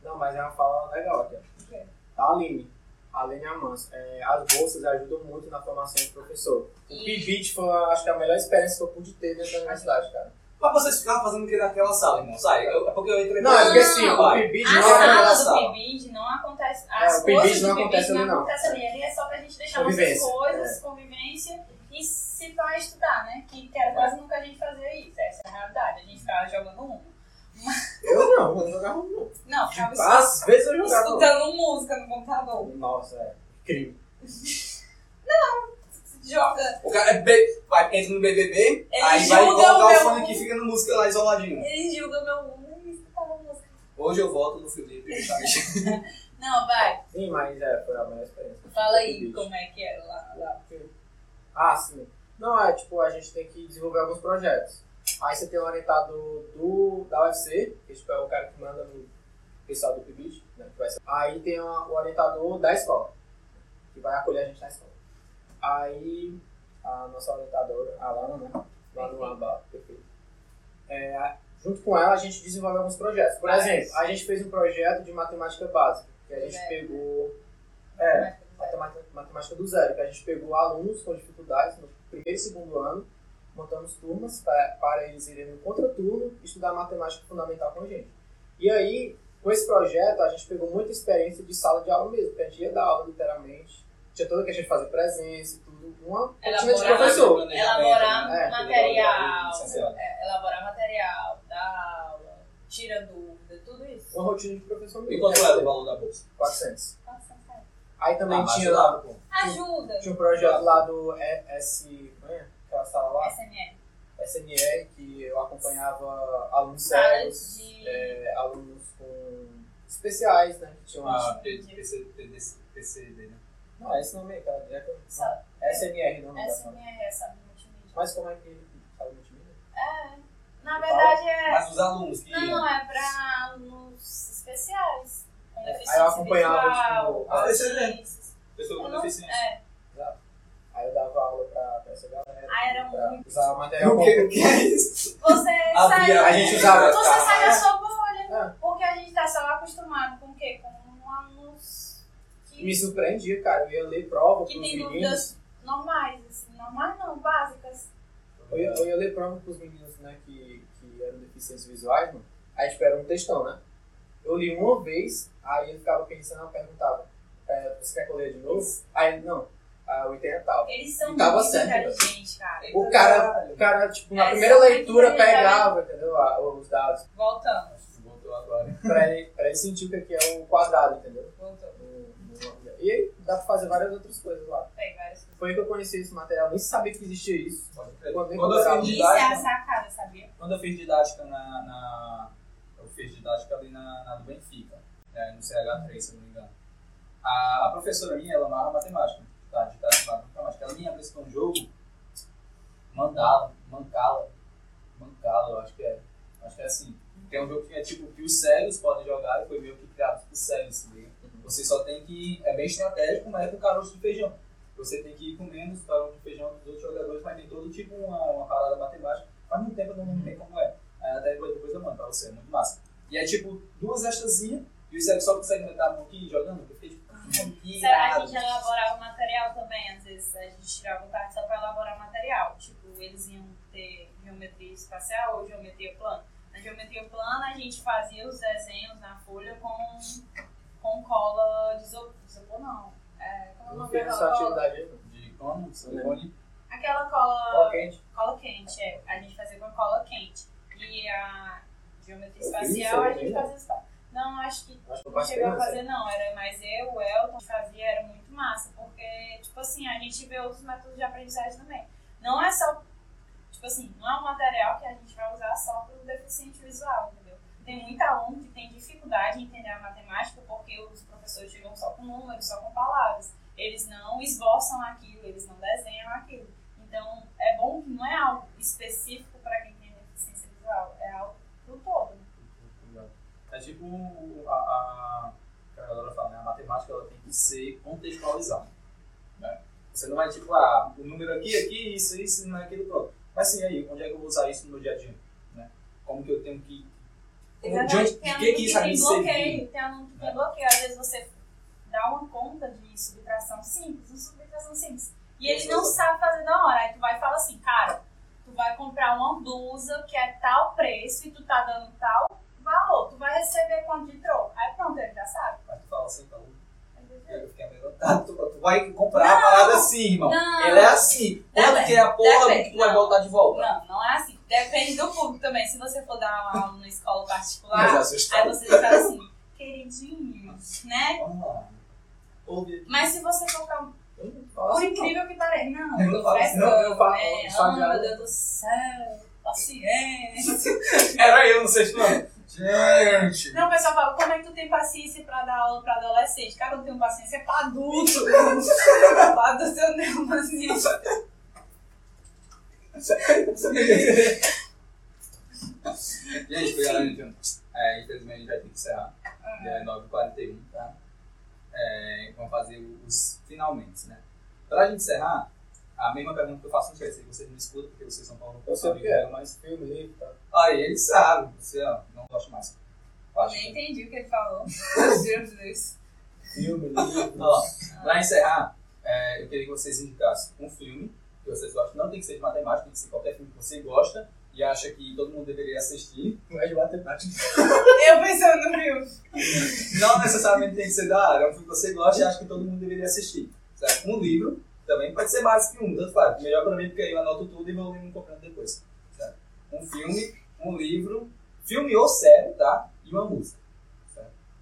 Não, mas é uma fala legal aqui, ó. O quê? Da Aline. A Aline Amans. É, as bolsas ajudam muito na formação do professor. O E- PIBID foi, acho que, a melhor experiência que eu pude ter dentro da universidade, cara. Mas vocês ficavam fazendo o que naquela sala, irmão? Sai. Eu, é porque eu entrei Não, pra- é porque assim, o Vai. PIBID A não é uma aquela sala sala. do PIBID não acontece. É, As o PIBID coisas não do PIBID acontece ali, não não. acontecem ali. Ali é só pra gente deixar nossas Convivência, É. coisas, convivência e se pra estudar, né? Que que era É. quase nunca a gente fazia isso. Essa é a realidade. A gente ficava jogando um. Eu não, eu não jogava não. Não, ficava Às vezes eu jogava não. escutando música no computador. Nossa, é incrível. Joga. O cara é be... vai, entra no BBB, Ele aí vai julga colocar o o, meu- fone que fica na música lá isoladinho. Ele julga meu mundo e escutava música. Hoje eu volto no Felipe, tá sabe? Não, vai. Sim, mas é, foi a melhor experiência. Fala aí PIBID. como é que era lá. lá. Ah, sim. Não, é tipo, a gente tem que desenvolver alguns projetos. Aí você tem o orientador do, da UFC, que tipo, é o cara que manda no pessoal do PIBID, né? que vai ser- Aí tem a- o orientador da escola, que vai acolher a gente na escola. Aí a nossa orientadora, a Lana, né? Lá no Aba, perfeito. É, a- junto com ela a gente desenvolveu alguns projetos. Por exemplo, a gente fez um projeto de matemática básica, que a gente Zero. pegou. É, matemática, matemática do zero, que a gente pegou alunos com dificuldades no primeiro e segundo ano, montamos turmas para, para eles irem no contraturno estudar matemática fundamental com a gente. E aí, com esse projeto, a gente pegou muita experiência de sala de aula mesmo, porque a gente ia dar aula literalmente, tinha toda a questão de fazer presença e tudo, uma rotina de Elaborar. [laughs] professor. Elaborar né? É, material, essencial. é, elaborar material, dar aula, tira dúvida, tudo isso. Uma rotina de professor mesmo. E quanto era né? o valor da bolsa? 400. Nossa, cara. Aí também Ah, mas tinha, ajudava, pô. um Ajuda, tinha um projeto lá do S... como é? Aquela sala lá? SMR. SMR, que eu acompanhava alunos Sala cegos, de- é, alunos com especiais, né? Que tinham Ah, ah. P- PC PC PCD, né? Não, é esse nome aí, cara. É que... Sala- SMR, não, não dá pra- SMR, essa multimídia. Mas como é que fala multimídia? É, na verdade é. Mas os alunos que Não, iam. não, é pra alunos especiais. Com É, aí eu deficiência acompanhava, visual, tipo, a- autistas. Pessoa Eu com não- deficiência. é, Aí eu dava aula pra, pra essa galera. Ah, era pra muito. Usar [laughs] material O que, bom. o que é isso? Você Abria saiu. A gente usava. Você sai da É. sua bolha, É. porque a gente tá só acostumado com o quê? Com alunos que, Me surpreendia, cara. Eu ia ler prova que pros tem meninos. dúvidas normais, assim, normais não, básicas. Eu ia, eu ia ler prova pros meninos, né, que, que eram deficientes visuais, mano. Aí, tipo, era um textão, né? Eu li uma vez, aí eu ficava pensando, eu perguntava, é, você quer que eu leia de novo? Aí ele, não, ah, o item é tal. Eles são E tava muito certo, velho. inteligentes, cara. O cara, o cara tipo, na É, primeira são muito leitura né? inteligentes. pegava, entendeu, a- os dados, Voltamos, Voltou agora. pra ele, pra ele sentir o que que é o quadrado, entendeu? voltamos. No- no- E aí, dá pra fazer várias outras coisas lá. Tem várias coisas. Foi que eu conheci esse material, nem sabia que existia isso. Pode crer. Quando eu Quando eu fiz fiz Isso é a didática, sacada, sabia? quando eu fiz didática na, na- eu fiz didática ali na, na do Benfica, né, no CH3, se eu não me engano. A, a professora minha, ela amarra matemática. Tá, de tá, de matemática. Ela me apresentou um jogo, mandala, mancala, mancala, eu acho que é. Acho que é assim. Que é um jogo que é tipo que os cegos podem jogar, e foi meio que criado para os cegos, se liga? Você só tem que. É bem estratégico, mas é com caroço de feijão. Você tem que ir comendo os caroços de feijão dos outros jogadores, mas tem todo tipo uma, uma parada matemática. Faz muito tempo eu não lembro nem como é. Aí Até depois, depois eu mando pra você, é muito massa. E é tipo duas extrasinhas, e os cegos só conseguem entrar um pouquinho jogando, porque fiquei tipo, caramba, que Ah, Será que a irado. gente elaborava o material também? Às vezes a gente tirava um card só pra elaborar o material. Tipo, eles iam ter geometria espacial ou geometria plana. Na geometria plana, a gente fazia os desenhos na folha com, com cola de isopor. Isopor não. É, como é o Não nome daquela fiz essa cola? atividade aí. De como? Silicone? Aquela cola. Ó, quente. Cola quente, é. A gente fazia com a cola quente. E a geometria Eu fiz espacial isso a aí, gente né? fazia. spa- Não, acho que Acho que eu não passei chegou a nessa. fazer, não. Era mais eu, o Elton, que fazia, era muito massa. Porque, tipo assim, a gente vê outros métodos de aprendizagem também. Não é só. Tipo assim, não é um material que a gente vai usar só para o deficiente visual, entendeu? Tem muita aluno que tem dificuldade em entender a matemática porque os professores chegam só com números, só com palavras. Eles não esboçam aquilo, eles não desenham aquilo. Então, é bom que não é algo específico para quem tem deficiência visual, é algo pro todo. É tipo o- a, a, que a galera fala, né? A matemática ela tem que ser contextualizada. Né? Você não vai tipo, ah, o número aqui, aqui, isso, isso, não é aquilo, pronto. Mas sim, aí, onde é que eu vou usar isso no meu dia a dia? Né? Como que eu tenho que. Como, de onde, de tem que, aluno que que isso aqui tem serviu? bloqueio, tem aluno que É. tem bloqueio. Às vezes você dá uma conta de subtração simples, uma subtração simples. E ele não sabe fazer na hora. Aí tu vai e fala assim, cara, tu vai comprar uma blusa que é tal preço e tu tá dando tal valor. Tu vai receber quanto de troco. Aí pronto, ele já sabe. Mas tu fala assim, tá louco? Entendeu? eu fiquei amedrontado. tá, Tu, tu vai comprar a parada assim, irmão. Não. Tá Ele é assim. Quanto Depende, que é a porra do depende. que tu vai voltar de volta? Não, não é assim. Depende do público também. Se você for dar uma aula na escola Mas é particular, aí assustado. você já fala assim, queridinho, né? Vamos lá. Ouve. Mas se você colocar Eu não falo por assim, incrível que pareça, não, Eu não falo assim, não, eu falo, é, só de ah, aula. meu Deus do céu, paciência. Era eu, não sei se não. Gente. Não, o pessoal fala, como é que tu tem paciência pra dar aula pra adolescente? Cara, eu não tenho paciência é pra [laughs] adulto. pra adulto eu tenho paciência. gente, obrigado, gente. É, infelizmente a gente vai ter que encerrar. Já é 9h41, tá? É, vamos fazer os finalmente, né? Pra gente encerrar, a mesma pergunta que eu faço no chat. Se vocês não escutam, porque vocês são Paulo, Eu sei o que é, mas filme, livro, tá? Aí ele sabe, você ó, não gosta mais. Eu acho Nem que- entendi o que ele falou. Meu Deus do céu. [laughs] Filme, livro. Ó, pra encerrar, é, eu queria que vocês indicassem um filme que vocês gostam. Não tem que ser de matemática, tem que ser qualquer filme que você gosta e acha que todo mundo deveria assistir. Não é de matemática. Eu pensando no meu. Não necessariamente tem que ser da área, é um filme que você gosta e acha que todo mundo deveria assistir. certo? Um livro também pode ser mais que um, tanto faz. Melhor pra mim, porque aí eu anoto tudo e vou lendo e comprando depois. certo? Um filme, um livro, filme ou série, tá? E uma música.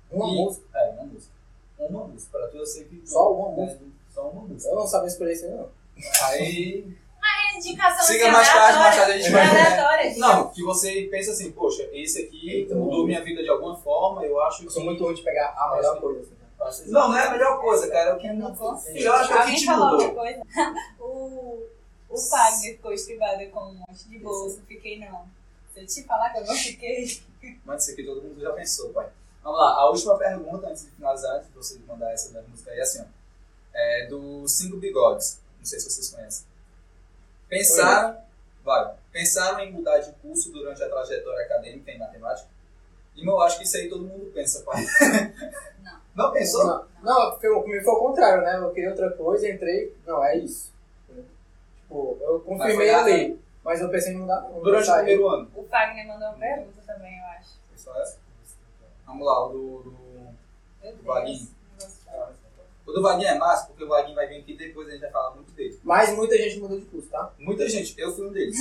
Uma E- música. É, uma música. Uma música. Pra tu eu sei que. tu- Só uma é, música. Só uma música. Eu não sabia escolher isso aí, não. Aí. Indicação Siga assim, mais tarde, mais tarde a aleatória. gente vai. Aleatória, gente. Não, que você pensa assim, poxa, esse aqui Então- mudou minha vida de alguma forma, eu acho Eu que. sou muito ruim de pegar a melhor coisa, assim. cara. Não, não é a melhor coisa, cara. é o que Eu não consigo. Eu acho que o que Alguém te falou mudou. alguma coisa? [laughs] o o Fagner ficou estribada com um monte de bolsa. Fiquei, não. Se eu te falar que eu não fiquei... Mas isso aqui todo mundo já pensou, pai. Vamos lá, a última pergunta, antes de finalizar, antes de você mandar essa da música aí, é assim, ó. É do Cinco Bigodes. Não sei se vocês conhecem. Pensaram, vai, pensaram em mudar de curso durante a trajetória acadêmica em matemática? E eu acho que isso aí todo mundo pensa, pai. Não. Não pensou? Não, não foi, comigo foi o contrário, né? Eu queria outra coisa, entrei. Não, é isso. Tipo, eu Mas confirmei foi ali. Mas eu pensei em mudar. não, Durante o sair. primeiro ano. O Fagner mandou uma pergunta também, eu acho. Foi só essa? Vamos lá, o do... do... Meu Deus. Vaguinho. negócio- O do Vaguinho é massa, porque o Vaguinho vai vir aqui depois, a gente vai falar muito dele. Mas muita gente mudou de curso, tá? Muita gente, eu fui um deles.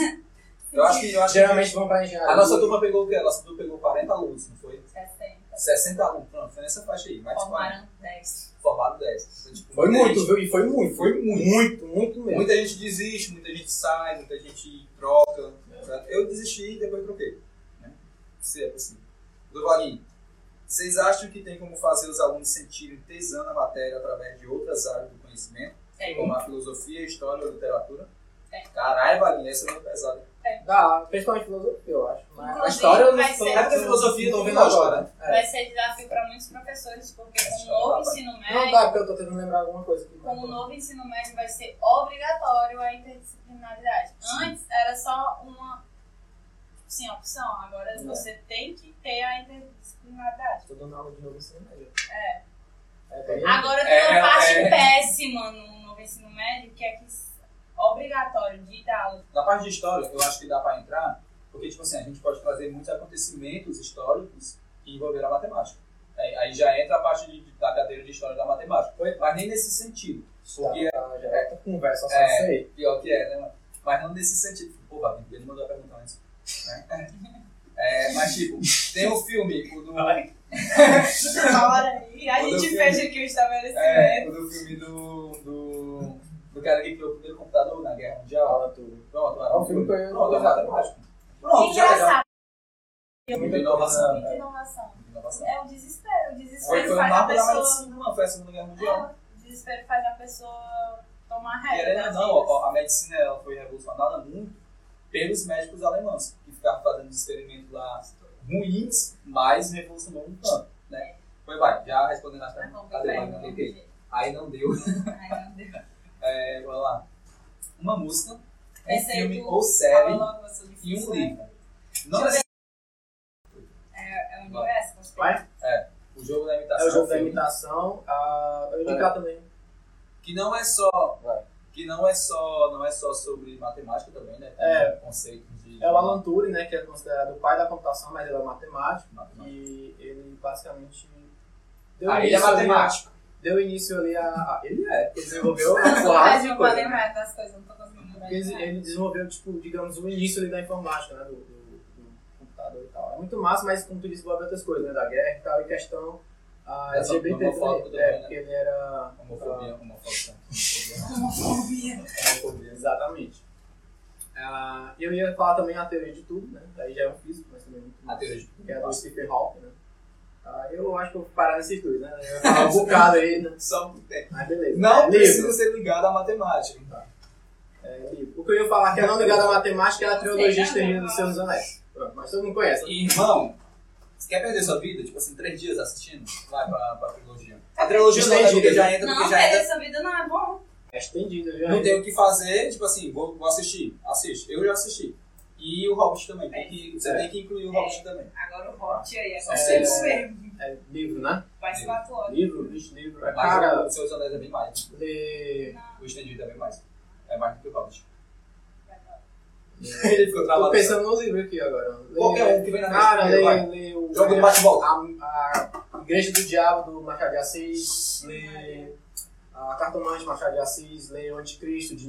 Eu acho que... Eu acho que- Geralmente vão pra engenharia. A nossa turma pegou o quê? A nossa turma pegou 40 alunos, não foi? é 60. 60 alunos, pronto, foi nessa faixa aí, mais de 40. Formaram 10. Formaram 10. Foi, tipo, Foi muita muito, gente- viu? E foi muito. Foi muito. Muito, muito mesmo. Muita gente desiste, muita gente sai, muita gente troca. né? certo? Eu desisti e depois troquei. Né? Se é possível. Duvalinho, Vocês acham que tem como fazer os alunos sentirem tesão na matéria através de outras áreas do conhecimento, Tem. como a filosofia, história ou literatura? Tem. Caralho, Valinha, essa é muito pesada. Dá, principalmente filosofia, eu acho. Mas Inclusive, a história eu não vai tô- ser- não tô não vendo gosta, agora. né? É. Vai ser desafio para muitos professores, porque é com o novo ensino Não médio, dá, porque eu tô tentando lembrar alguma coisa tá aqui. com o novo ensino médio vai ser obrigatório a interdisciplinaridade. Antes era só uma sim, opção, agora É. você tem que ter a interdisciplinaridade. Tô dando aula de novo ensino médio. É. É bem. Agora tem É, uma é, parte é. péssima no novo ensino médio, que é que s- obrigatório de dar aula. Na parte de história, eu acho que dá pra entrar, porque, tipo assim, a gente pode trazer muitos acontecimentos históricos que envolverão a matemática. Aí, aí já entra a parte de- da cadeira de história da matemática. Mas nem nesse sentido. Porque Tá, já é outra conversa só É. isso aí. pior que é, né, mano? Mas não nesse sentido. Pô, Babi, ele mandou a pergunta antes. Né? É, mas, tipo, tem o filme, o do. Agora aí, a Quando eu gente fui- fecha aqui o estabelecimento. É, o do filme do. do. do cara que criou o primeiro computador na Guerra Mundial. Fala tudo. Pronto, É um filme que eu- Pronto, é matemático. Que Pronto, já já. engraçado, assim, Muita inovação. muita né? inovação. Muita inovação. É o desespero, o Foi, desespero foi o faz a mapa da pessoa. medicina, mano. Foi a Segunda Guerra Mundial. É, O desespero faz a pessoa tomar E raiva. era, não, ó, a medicina ela foi revolucionada muito pelos médicos alemães, que ficavam fazendo experimentos lá ruins, mas revolucionou um tanto, né? Foi, vai, já respondendo as né, Tá perguntas. Cadê? Vai, não tem que- Aí não deu. [laughs] É, vamos lá. Uma música, um Esse aí filme tu ou série e um livro. livro. Não Deixa é eu É o universo. você- Vai? o jogo da imitação. um É o jogo da filme, imitação. ah, Eu vou É. indicar também. Que não é só. Vai. Que não é só. Não é só sobre matemática também, né? Tem É. um conceito de. É o Alan Turing, né, que é considerado o pai da computação, mas ele é um matemático. matemática. E ele basicamente. Ah, ele é início ali a- matemático. deu início ali a. a- ele [laughs] é, ele desenvolveu a porrada [laughs] Mas de eu coisa, falei né? mais das coisas, não tô conseguindo lembrar. [laughs] Ele, ele desenvolveu, tipo, digamos, o início ali da informática, né? Do, do- do computador e tal. É muito massa, mas como tu disse, envolve outras coisas, né? Da guerra e tal, e questão ah, Essa LGBT homofóbico também. É, também, né? porque ele era. Homofobia, homofobia. Homofobia. Homofobia. ah, Exatamente. Ah, eu ia falar também a teoria de tudo, né? Aí já é um físico, mas também é muito A massa. teoria de que é do Stephen Hawking, né? Ah, eu acho que eu vou parar nesses dois, né? Eu ia [laughs] falar um bocado aí, né? produção que tem. Mas beleza. um Não é, precisa livro. ser ligado à matemática. Tá. É, livro. O que eu ia falar que é não ligado à matemática é a Não sei, trilogia não, Esterrina não. dos Seus Anéis. Pronto, mas todo mundo conhece. né? E, irmão, você quer perder sua vida? Tipo assim, três dias assistindo? Vai pra, pra trilogia. A trilogia não, né? Porque já entra, Não, porque já perder entra. essa vida não é bom. É estendido, viu? Não tem o que fazer, tipo assim, vou, vou assistir. Assiste. Eu já assisti. E o Hobbit também. Tem que, você É. tem que incluir o Hobbit também. Agora o Hot aí, é São agora seis. eu mesmo. É livro, né? Vai se quatro horas. Livro, bicho, livro. É Mas cara, o Senhor dos Anéis é bem mais. lê... O estendido é bem mais. É mais do que o Hobbit. Vai pra lá. Ele ficou Tô travado. pensando no livro aqui agora. Lê- Qualquer um que vem na Cara, mente, vai. lê, lê o... Jogo do bate-volta. a, a Igreja do Diabo do Machado de Assis, lê a Cartomante de Machado de Assis, lê o Anticristo de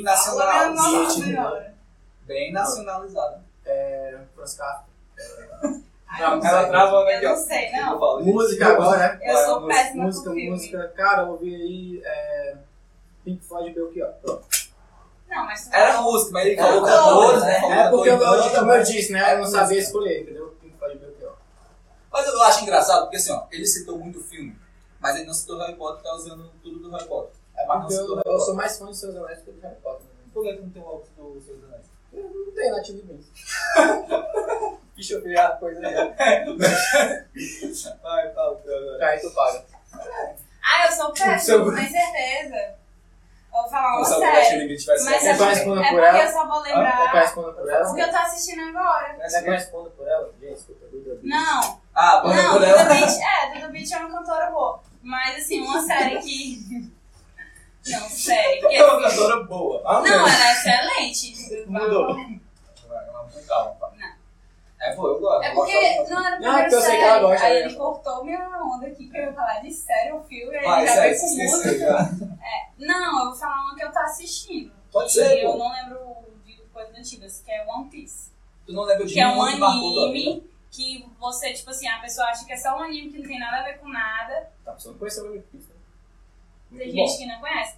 Bem Agora é nacional. Nossa Nietzsche, Senhora. Bem nacionalizado. é, Franz [laughs] Kafka. Ai, Ela não sei. travando aqui, Eu ó. não sei, não. Música agora, né? Eu sou Vai, péssima Música, com filme. música. Cara, eu ouvi aí é, Pink Floyd e Belchior. Pronto. Não, mas tu Era música, mas ele Era falou música, cantores, né? Falou É porque, eu, cantor e como banda. eu disse, né? Eu não música. sabia escolher, entendeu? Pink Floyd e Belchior. Mas eu acho engraçado, porque assim, ó, ele citou muito filme, mas ele não citou Harry Potter, tá usando tudo do Harry Potter. É Mas não porque citou eu, Harry eu Potter. sou mais fã de Seus Anéis do que de Harry Potter. né? Por que tu não tem o óculos do Senhor dos Anéis? Eu Não tem nativo mesmo. Deixa eu ver a coisa aí. Ai, fala agora. Aí tu paga. Ah, eu sou péssima, Sobre- com certeza. Eu vou falar uma Não sabe o que eu achei série. ninguém tivesse Mas Você é acesso. porque, faz é quando porque por ela? eu só vou Você lembrar corresponde por o ela? que eu tô assistindo agora. Você corresponde por ela? Gente, escuta, Duda Beat. Não, Ah, não, quando eu Duda puder. Beach, é, Duda Beach é uma cantora boa. Mas assim, uma série que. Não, série. que- É uma cantora boa. Ah, assim. Não, ela é excelente. Mudou. Vai, vai, com calma. fala. É, pô, eu gosto. É eu gosto porque dela. não era Não, pra porque eu sei que ela gosta, Aí né? ele cortou minha onda aqui que eu ia falar de série ou filme, Ah, aí Vai, ele já sério, veio se com esqueceu música. já. Não, eu vou falar uma que eu tô assistindo. Pode E ser, Eu pô. não lembro de coisas antigas, que é One Piece. Tu não lembra de Que é um nenhum que marcou tua vida? anime que você, tipo assim, a pessoa acha que é só um anime que não tem nada a ver com nada. Tá, você não conheceu o Olympic né? Tem gente Muito bom. que não conhece.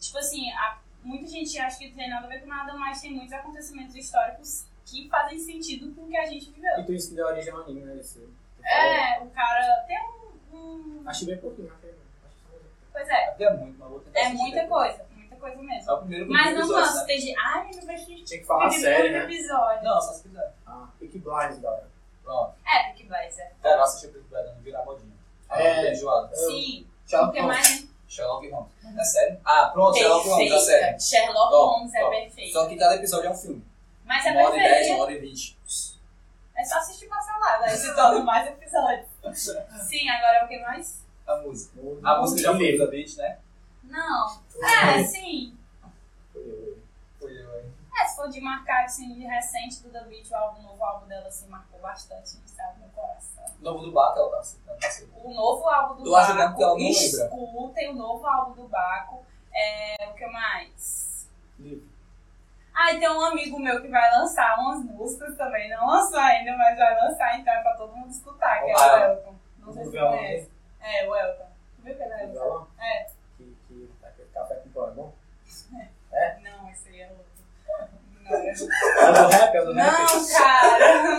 Tipo assim, a- muita gente acha que não tem nada a ver com nada, mas tem muitos acontecimentos históricos que fazem sentido com o que a gente viveu. E tu disse que deu origem ao anime, né? Esse, É, o cara tem um. um- Achei bem pouquinho, achei bem. Acho que só um. Pois é, É muito, mas vou tentar é assistir muita depois. coisa, muita coisa mesmo. É o primeiro Mas não episódio, cansa, né? tem gente. Ai, não vai assistir Tinha que falar sério, né? episódio. Não, só se quiser. Ah, Pick Blind, da hora. Pronto. É, Big Blazer. Cara, eu assisti o primeiro episódio, não virar modinha. Ah, É. é. enjoado. Eu- Sim, Tchau, o que mais Sherlock Holmes. É sério? Ah, pronto, Sherlock Holmes, é sério. perfeita. Sherlock Top, Holmes é top. perfeito. Só que cada episódio é um filme. Mas é Uma hora e dez, uma perfeito. hora e vinte. É só assistir parcelado, aí se torna mais episódio. Sim, agora é o que mais? A música. Muda. A música já foi Muda. da Beat, né? Não. É, sim. Foi eu, hein? É, se for de marcar, assim, de recente do The Beat, o álbum, o novo álbum dela, assim, marcou bastante, sabe, meu coração. Novo do Baco, ela tá citando. não sei. O novo álbum do Eu acho que ela Baco, não lembra. escutem o novo álbum do Baco. É, o que mais? Livro. Ah, e tem um amigo meu que vai lançar umas músicas também, não lançou ainda, mas vai lançar, então é pra todo mundo escutar, que é Olá. o Elton. Não sei O se você violão, conhece. É, o Elton. Viu que é O o Elton? violão. É. Que, que, aquele café com pão é bom. Não, esse aí é outro. Não, É do rap, é do rap. Não, cara,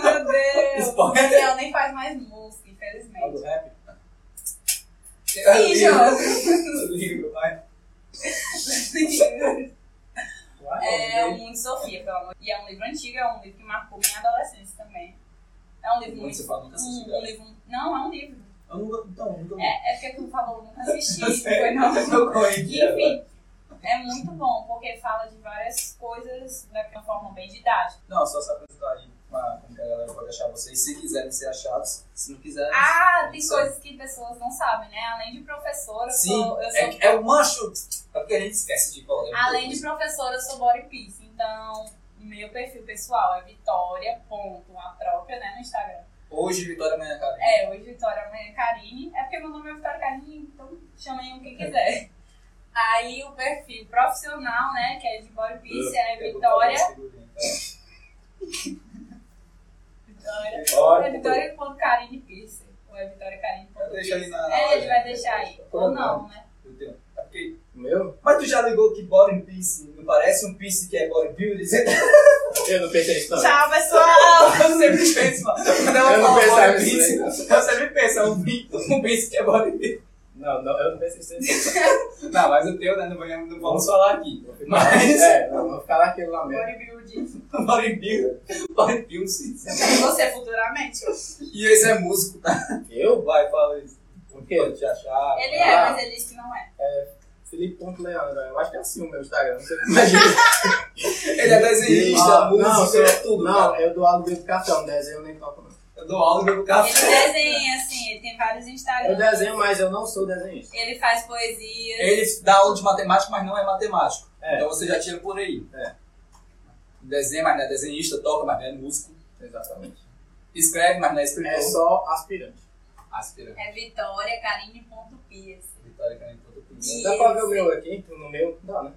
[laughs] [laughs] meu Deus. Spoiler. Porque ela nem faz mais música, É do infelizmente. rap. Sim, João. [laughs] Livro, vai. Uai, [laughs] É eu o Mundo de Sofia, pelo amor. E é um livro antigo, é um livro que marcou minha adolescência também. É um livro Quando muito. você fala, nunca assisti. né? Um, um livro. Não, é um livro. Eu nunca, então, nunca. É, é porque tu falou, eu nunca assisti. [laughs] Eu sei. Foi não. Eu corrigi agora. Enfim, é muito bom, porque fala de várias coisas da- de uma forma bem didática. Não, só se apresentar aí pra- como que a galera pode achar vocês, se quiserem ser achados, se não quiserem. Ah, tem Sim. coisas que pessoas não sabem, né? Além de professora, eu Sim, sou, eu sou é, é o mancho. É porque a gente esquece de é. colocar. Além de professora, eu sou body piece, então meu perfil pessoal é Vitória, ponto, a própria, né, no Instagram. Hoje, Vitória Manhã, cara. É, hoje Vitória, amanhã Karine, é porque meu nome é Vitória Karine, então chamem o que quiser. Aí o perfil profissional, né, que é de body piece, é Eu vou fazer Vitória, essa figurinha, tá? Vitória, Olha, é Vitória ponto Karine Pierce, ou é Vitória Karine Eu ponto deixo aí Pierce. na. É, ele vai deixar aí, ou não, né. Eu tenho. É porque- Meu? Mas tu já ligou que body piece não parece um piece que é bodybuilder? Eu não pensei nisso, não. Tchau, pessoal! [laughs] Eu sempre penso, mano. Quando ela Eu não fala pensava né? body piece, eu sempre penso, é um pi- um piece que é bodybuilder. Não, não, eu não pensei nisso. Não, mas o teu, né? Não vamos, não vamos falar aqui. Vou ficar- Mas- [laughs] É, não, vou ficar naquilo lá mesmo. Bodybuilding. Bodybuilder. Bodybuilder. Você futuramente. E esse é músico, tá? Eu? Vai, fala isso. O quê? Pode te achar. Ele tá? é, Ah. mas ele disse que não é. Felipe.leandro, eu acho que é assim o meu Instagram. Não sei Imagina. [laughs] Ele é desenhista, Ah, músico, é. não, ele é eu- tudo. Não, cara. eu dou aluguel do cartão, não desenho eu nem toco não. Eu dou aula no meu café. Ele desenha, assim, ele tem vários Eu Instagrams. desenho, mas eu não sou desenhista. Ele faz poesias. Ele dá aula de matemática, mas não é matemático. É. Então você já tira por aí. É. Desenha, mas não é desenhista, toca, mas não é músico. Exatamente. Escreve, mas não é escritor. É só aspirante. Aspira. É Vitória Karine.pias. Vitória Caneta, todo mundo. Ih. Dá pra ver Então, é o meu aqui? Tô no meu? Dá, né?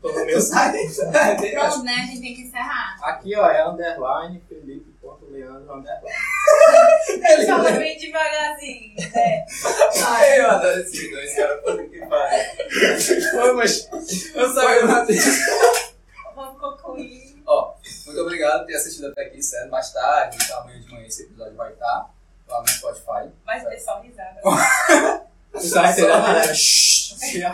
Tô no [laughs] meu. Pronto, né? A gente tem que encerrar. Aqui, ó, é underline, Felipe.leandro, underline. Ele fala bem devagarzinho. né? Ai, eu adoro esses dois, cara. Puta que pariu. Foi, mas eu saí na Vamos concluir. Ó, muito obrigado por ter assistido até aqui, sério. Mais tarde, tá? amanhã de manhã esse episódio vai estar lá no Spotify. Mas o pessoal risada. [laughs] Sai, entendendo? né? [laughs] É, entendeu?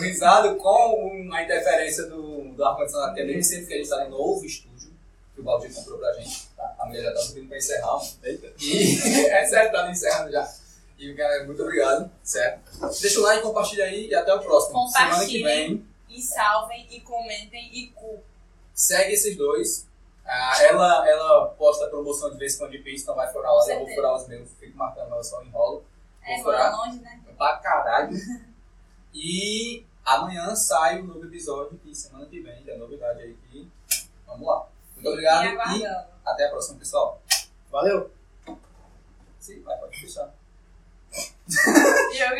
Risado com uma interferência do, do ar-condicionado, que é mesmo sempre que a gente está em novo estúdio, que o Baldi comprou pra gente. Tá? A mulher já tá subindo pra encerrar. Eita. E [laughs] é certo, tá me encerrando já. E, cara, muito obrigado, certo? Deixa o like, compartilha aí e até o próximo. Semana que vem. Compartilhem e salvem e comentem e curtam. segue esses dois. Ah, ela, ela posta promoção de vez em quando de pizza, então vai furar Com lá. Eu vou certeza. furar os meus, fico marcando, eu só enrolo. É, Vou mora furar longe, né? pra caralho. E amanhã sai um novo episódio e semana que vem, tem novidade aí que. Vamos lá. Muito obrigado Me e aguardando. até a próxima, pessoal. Valeu! Sim, vai, pode fechar. E eu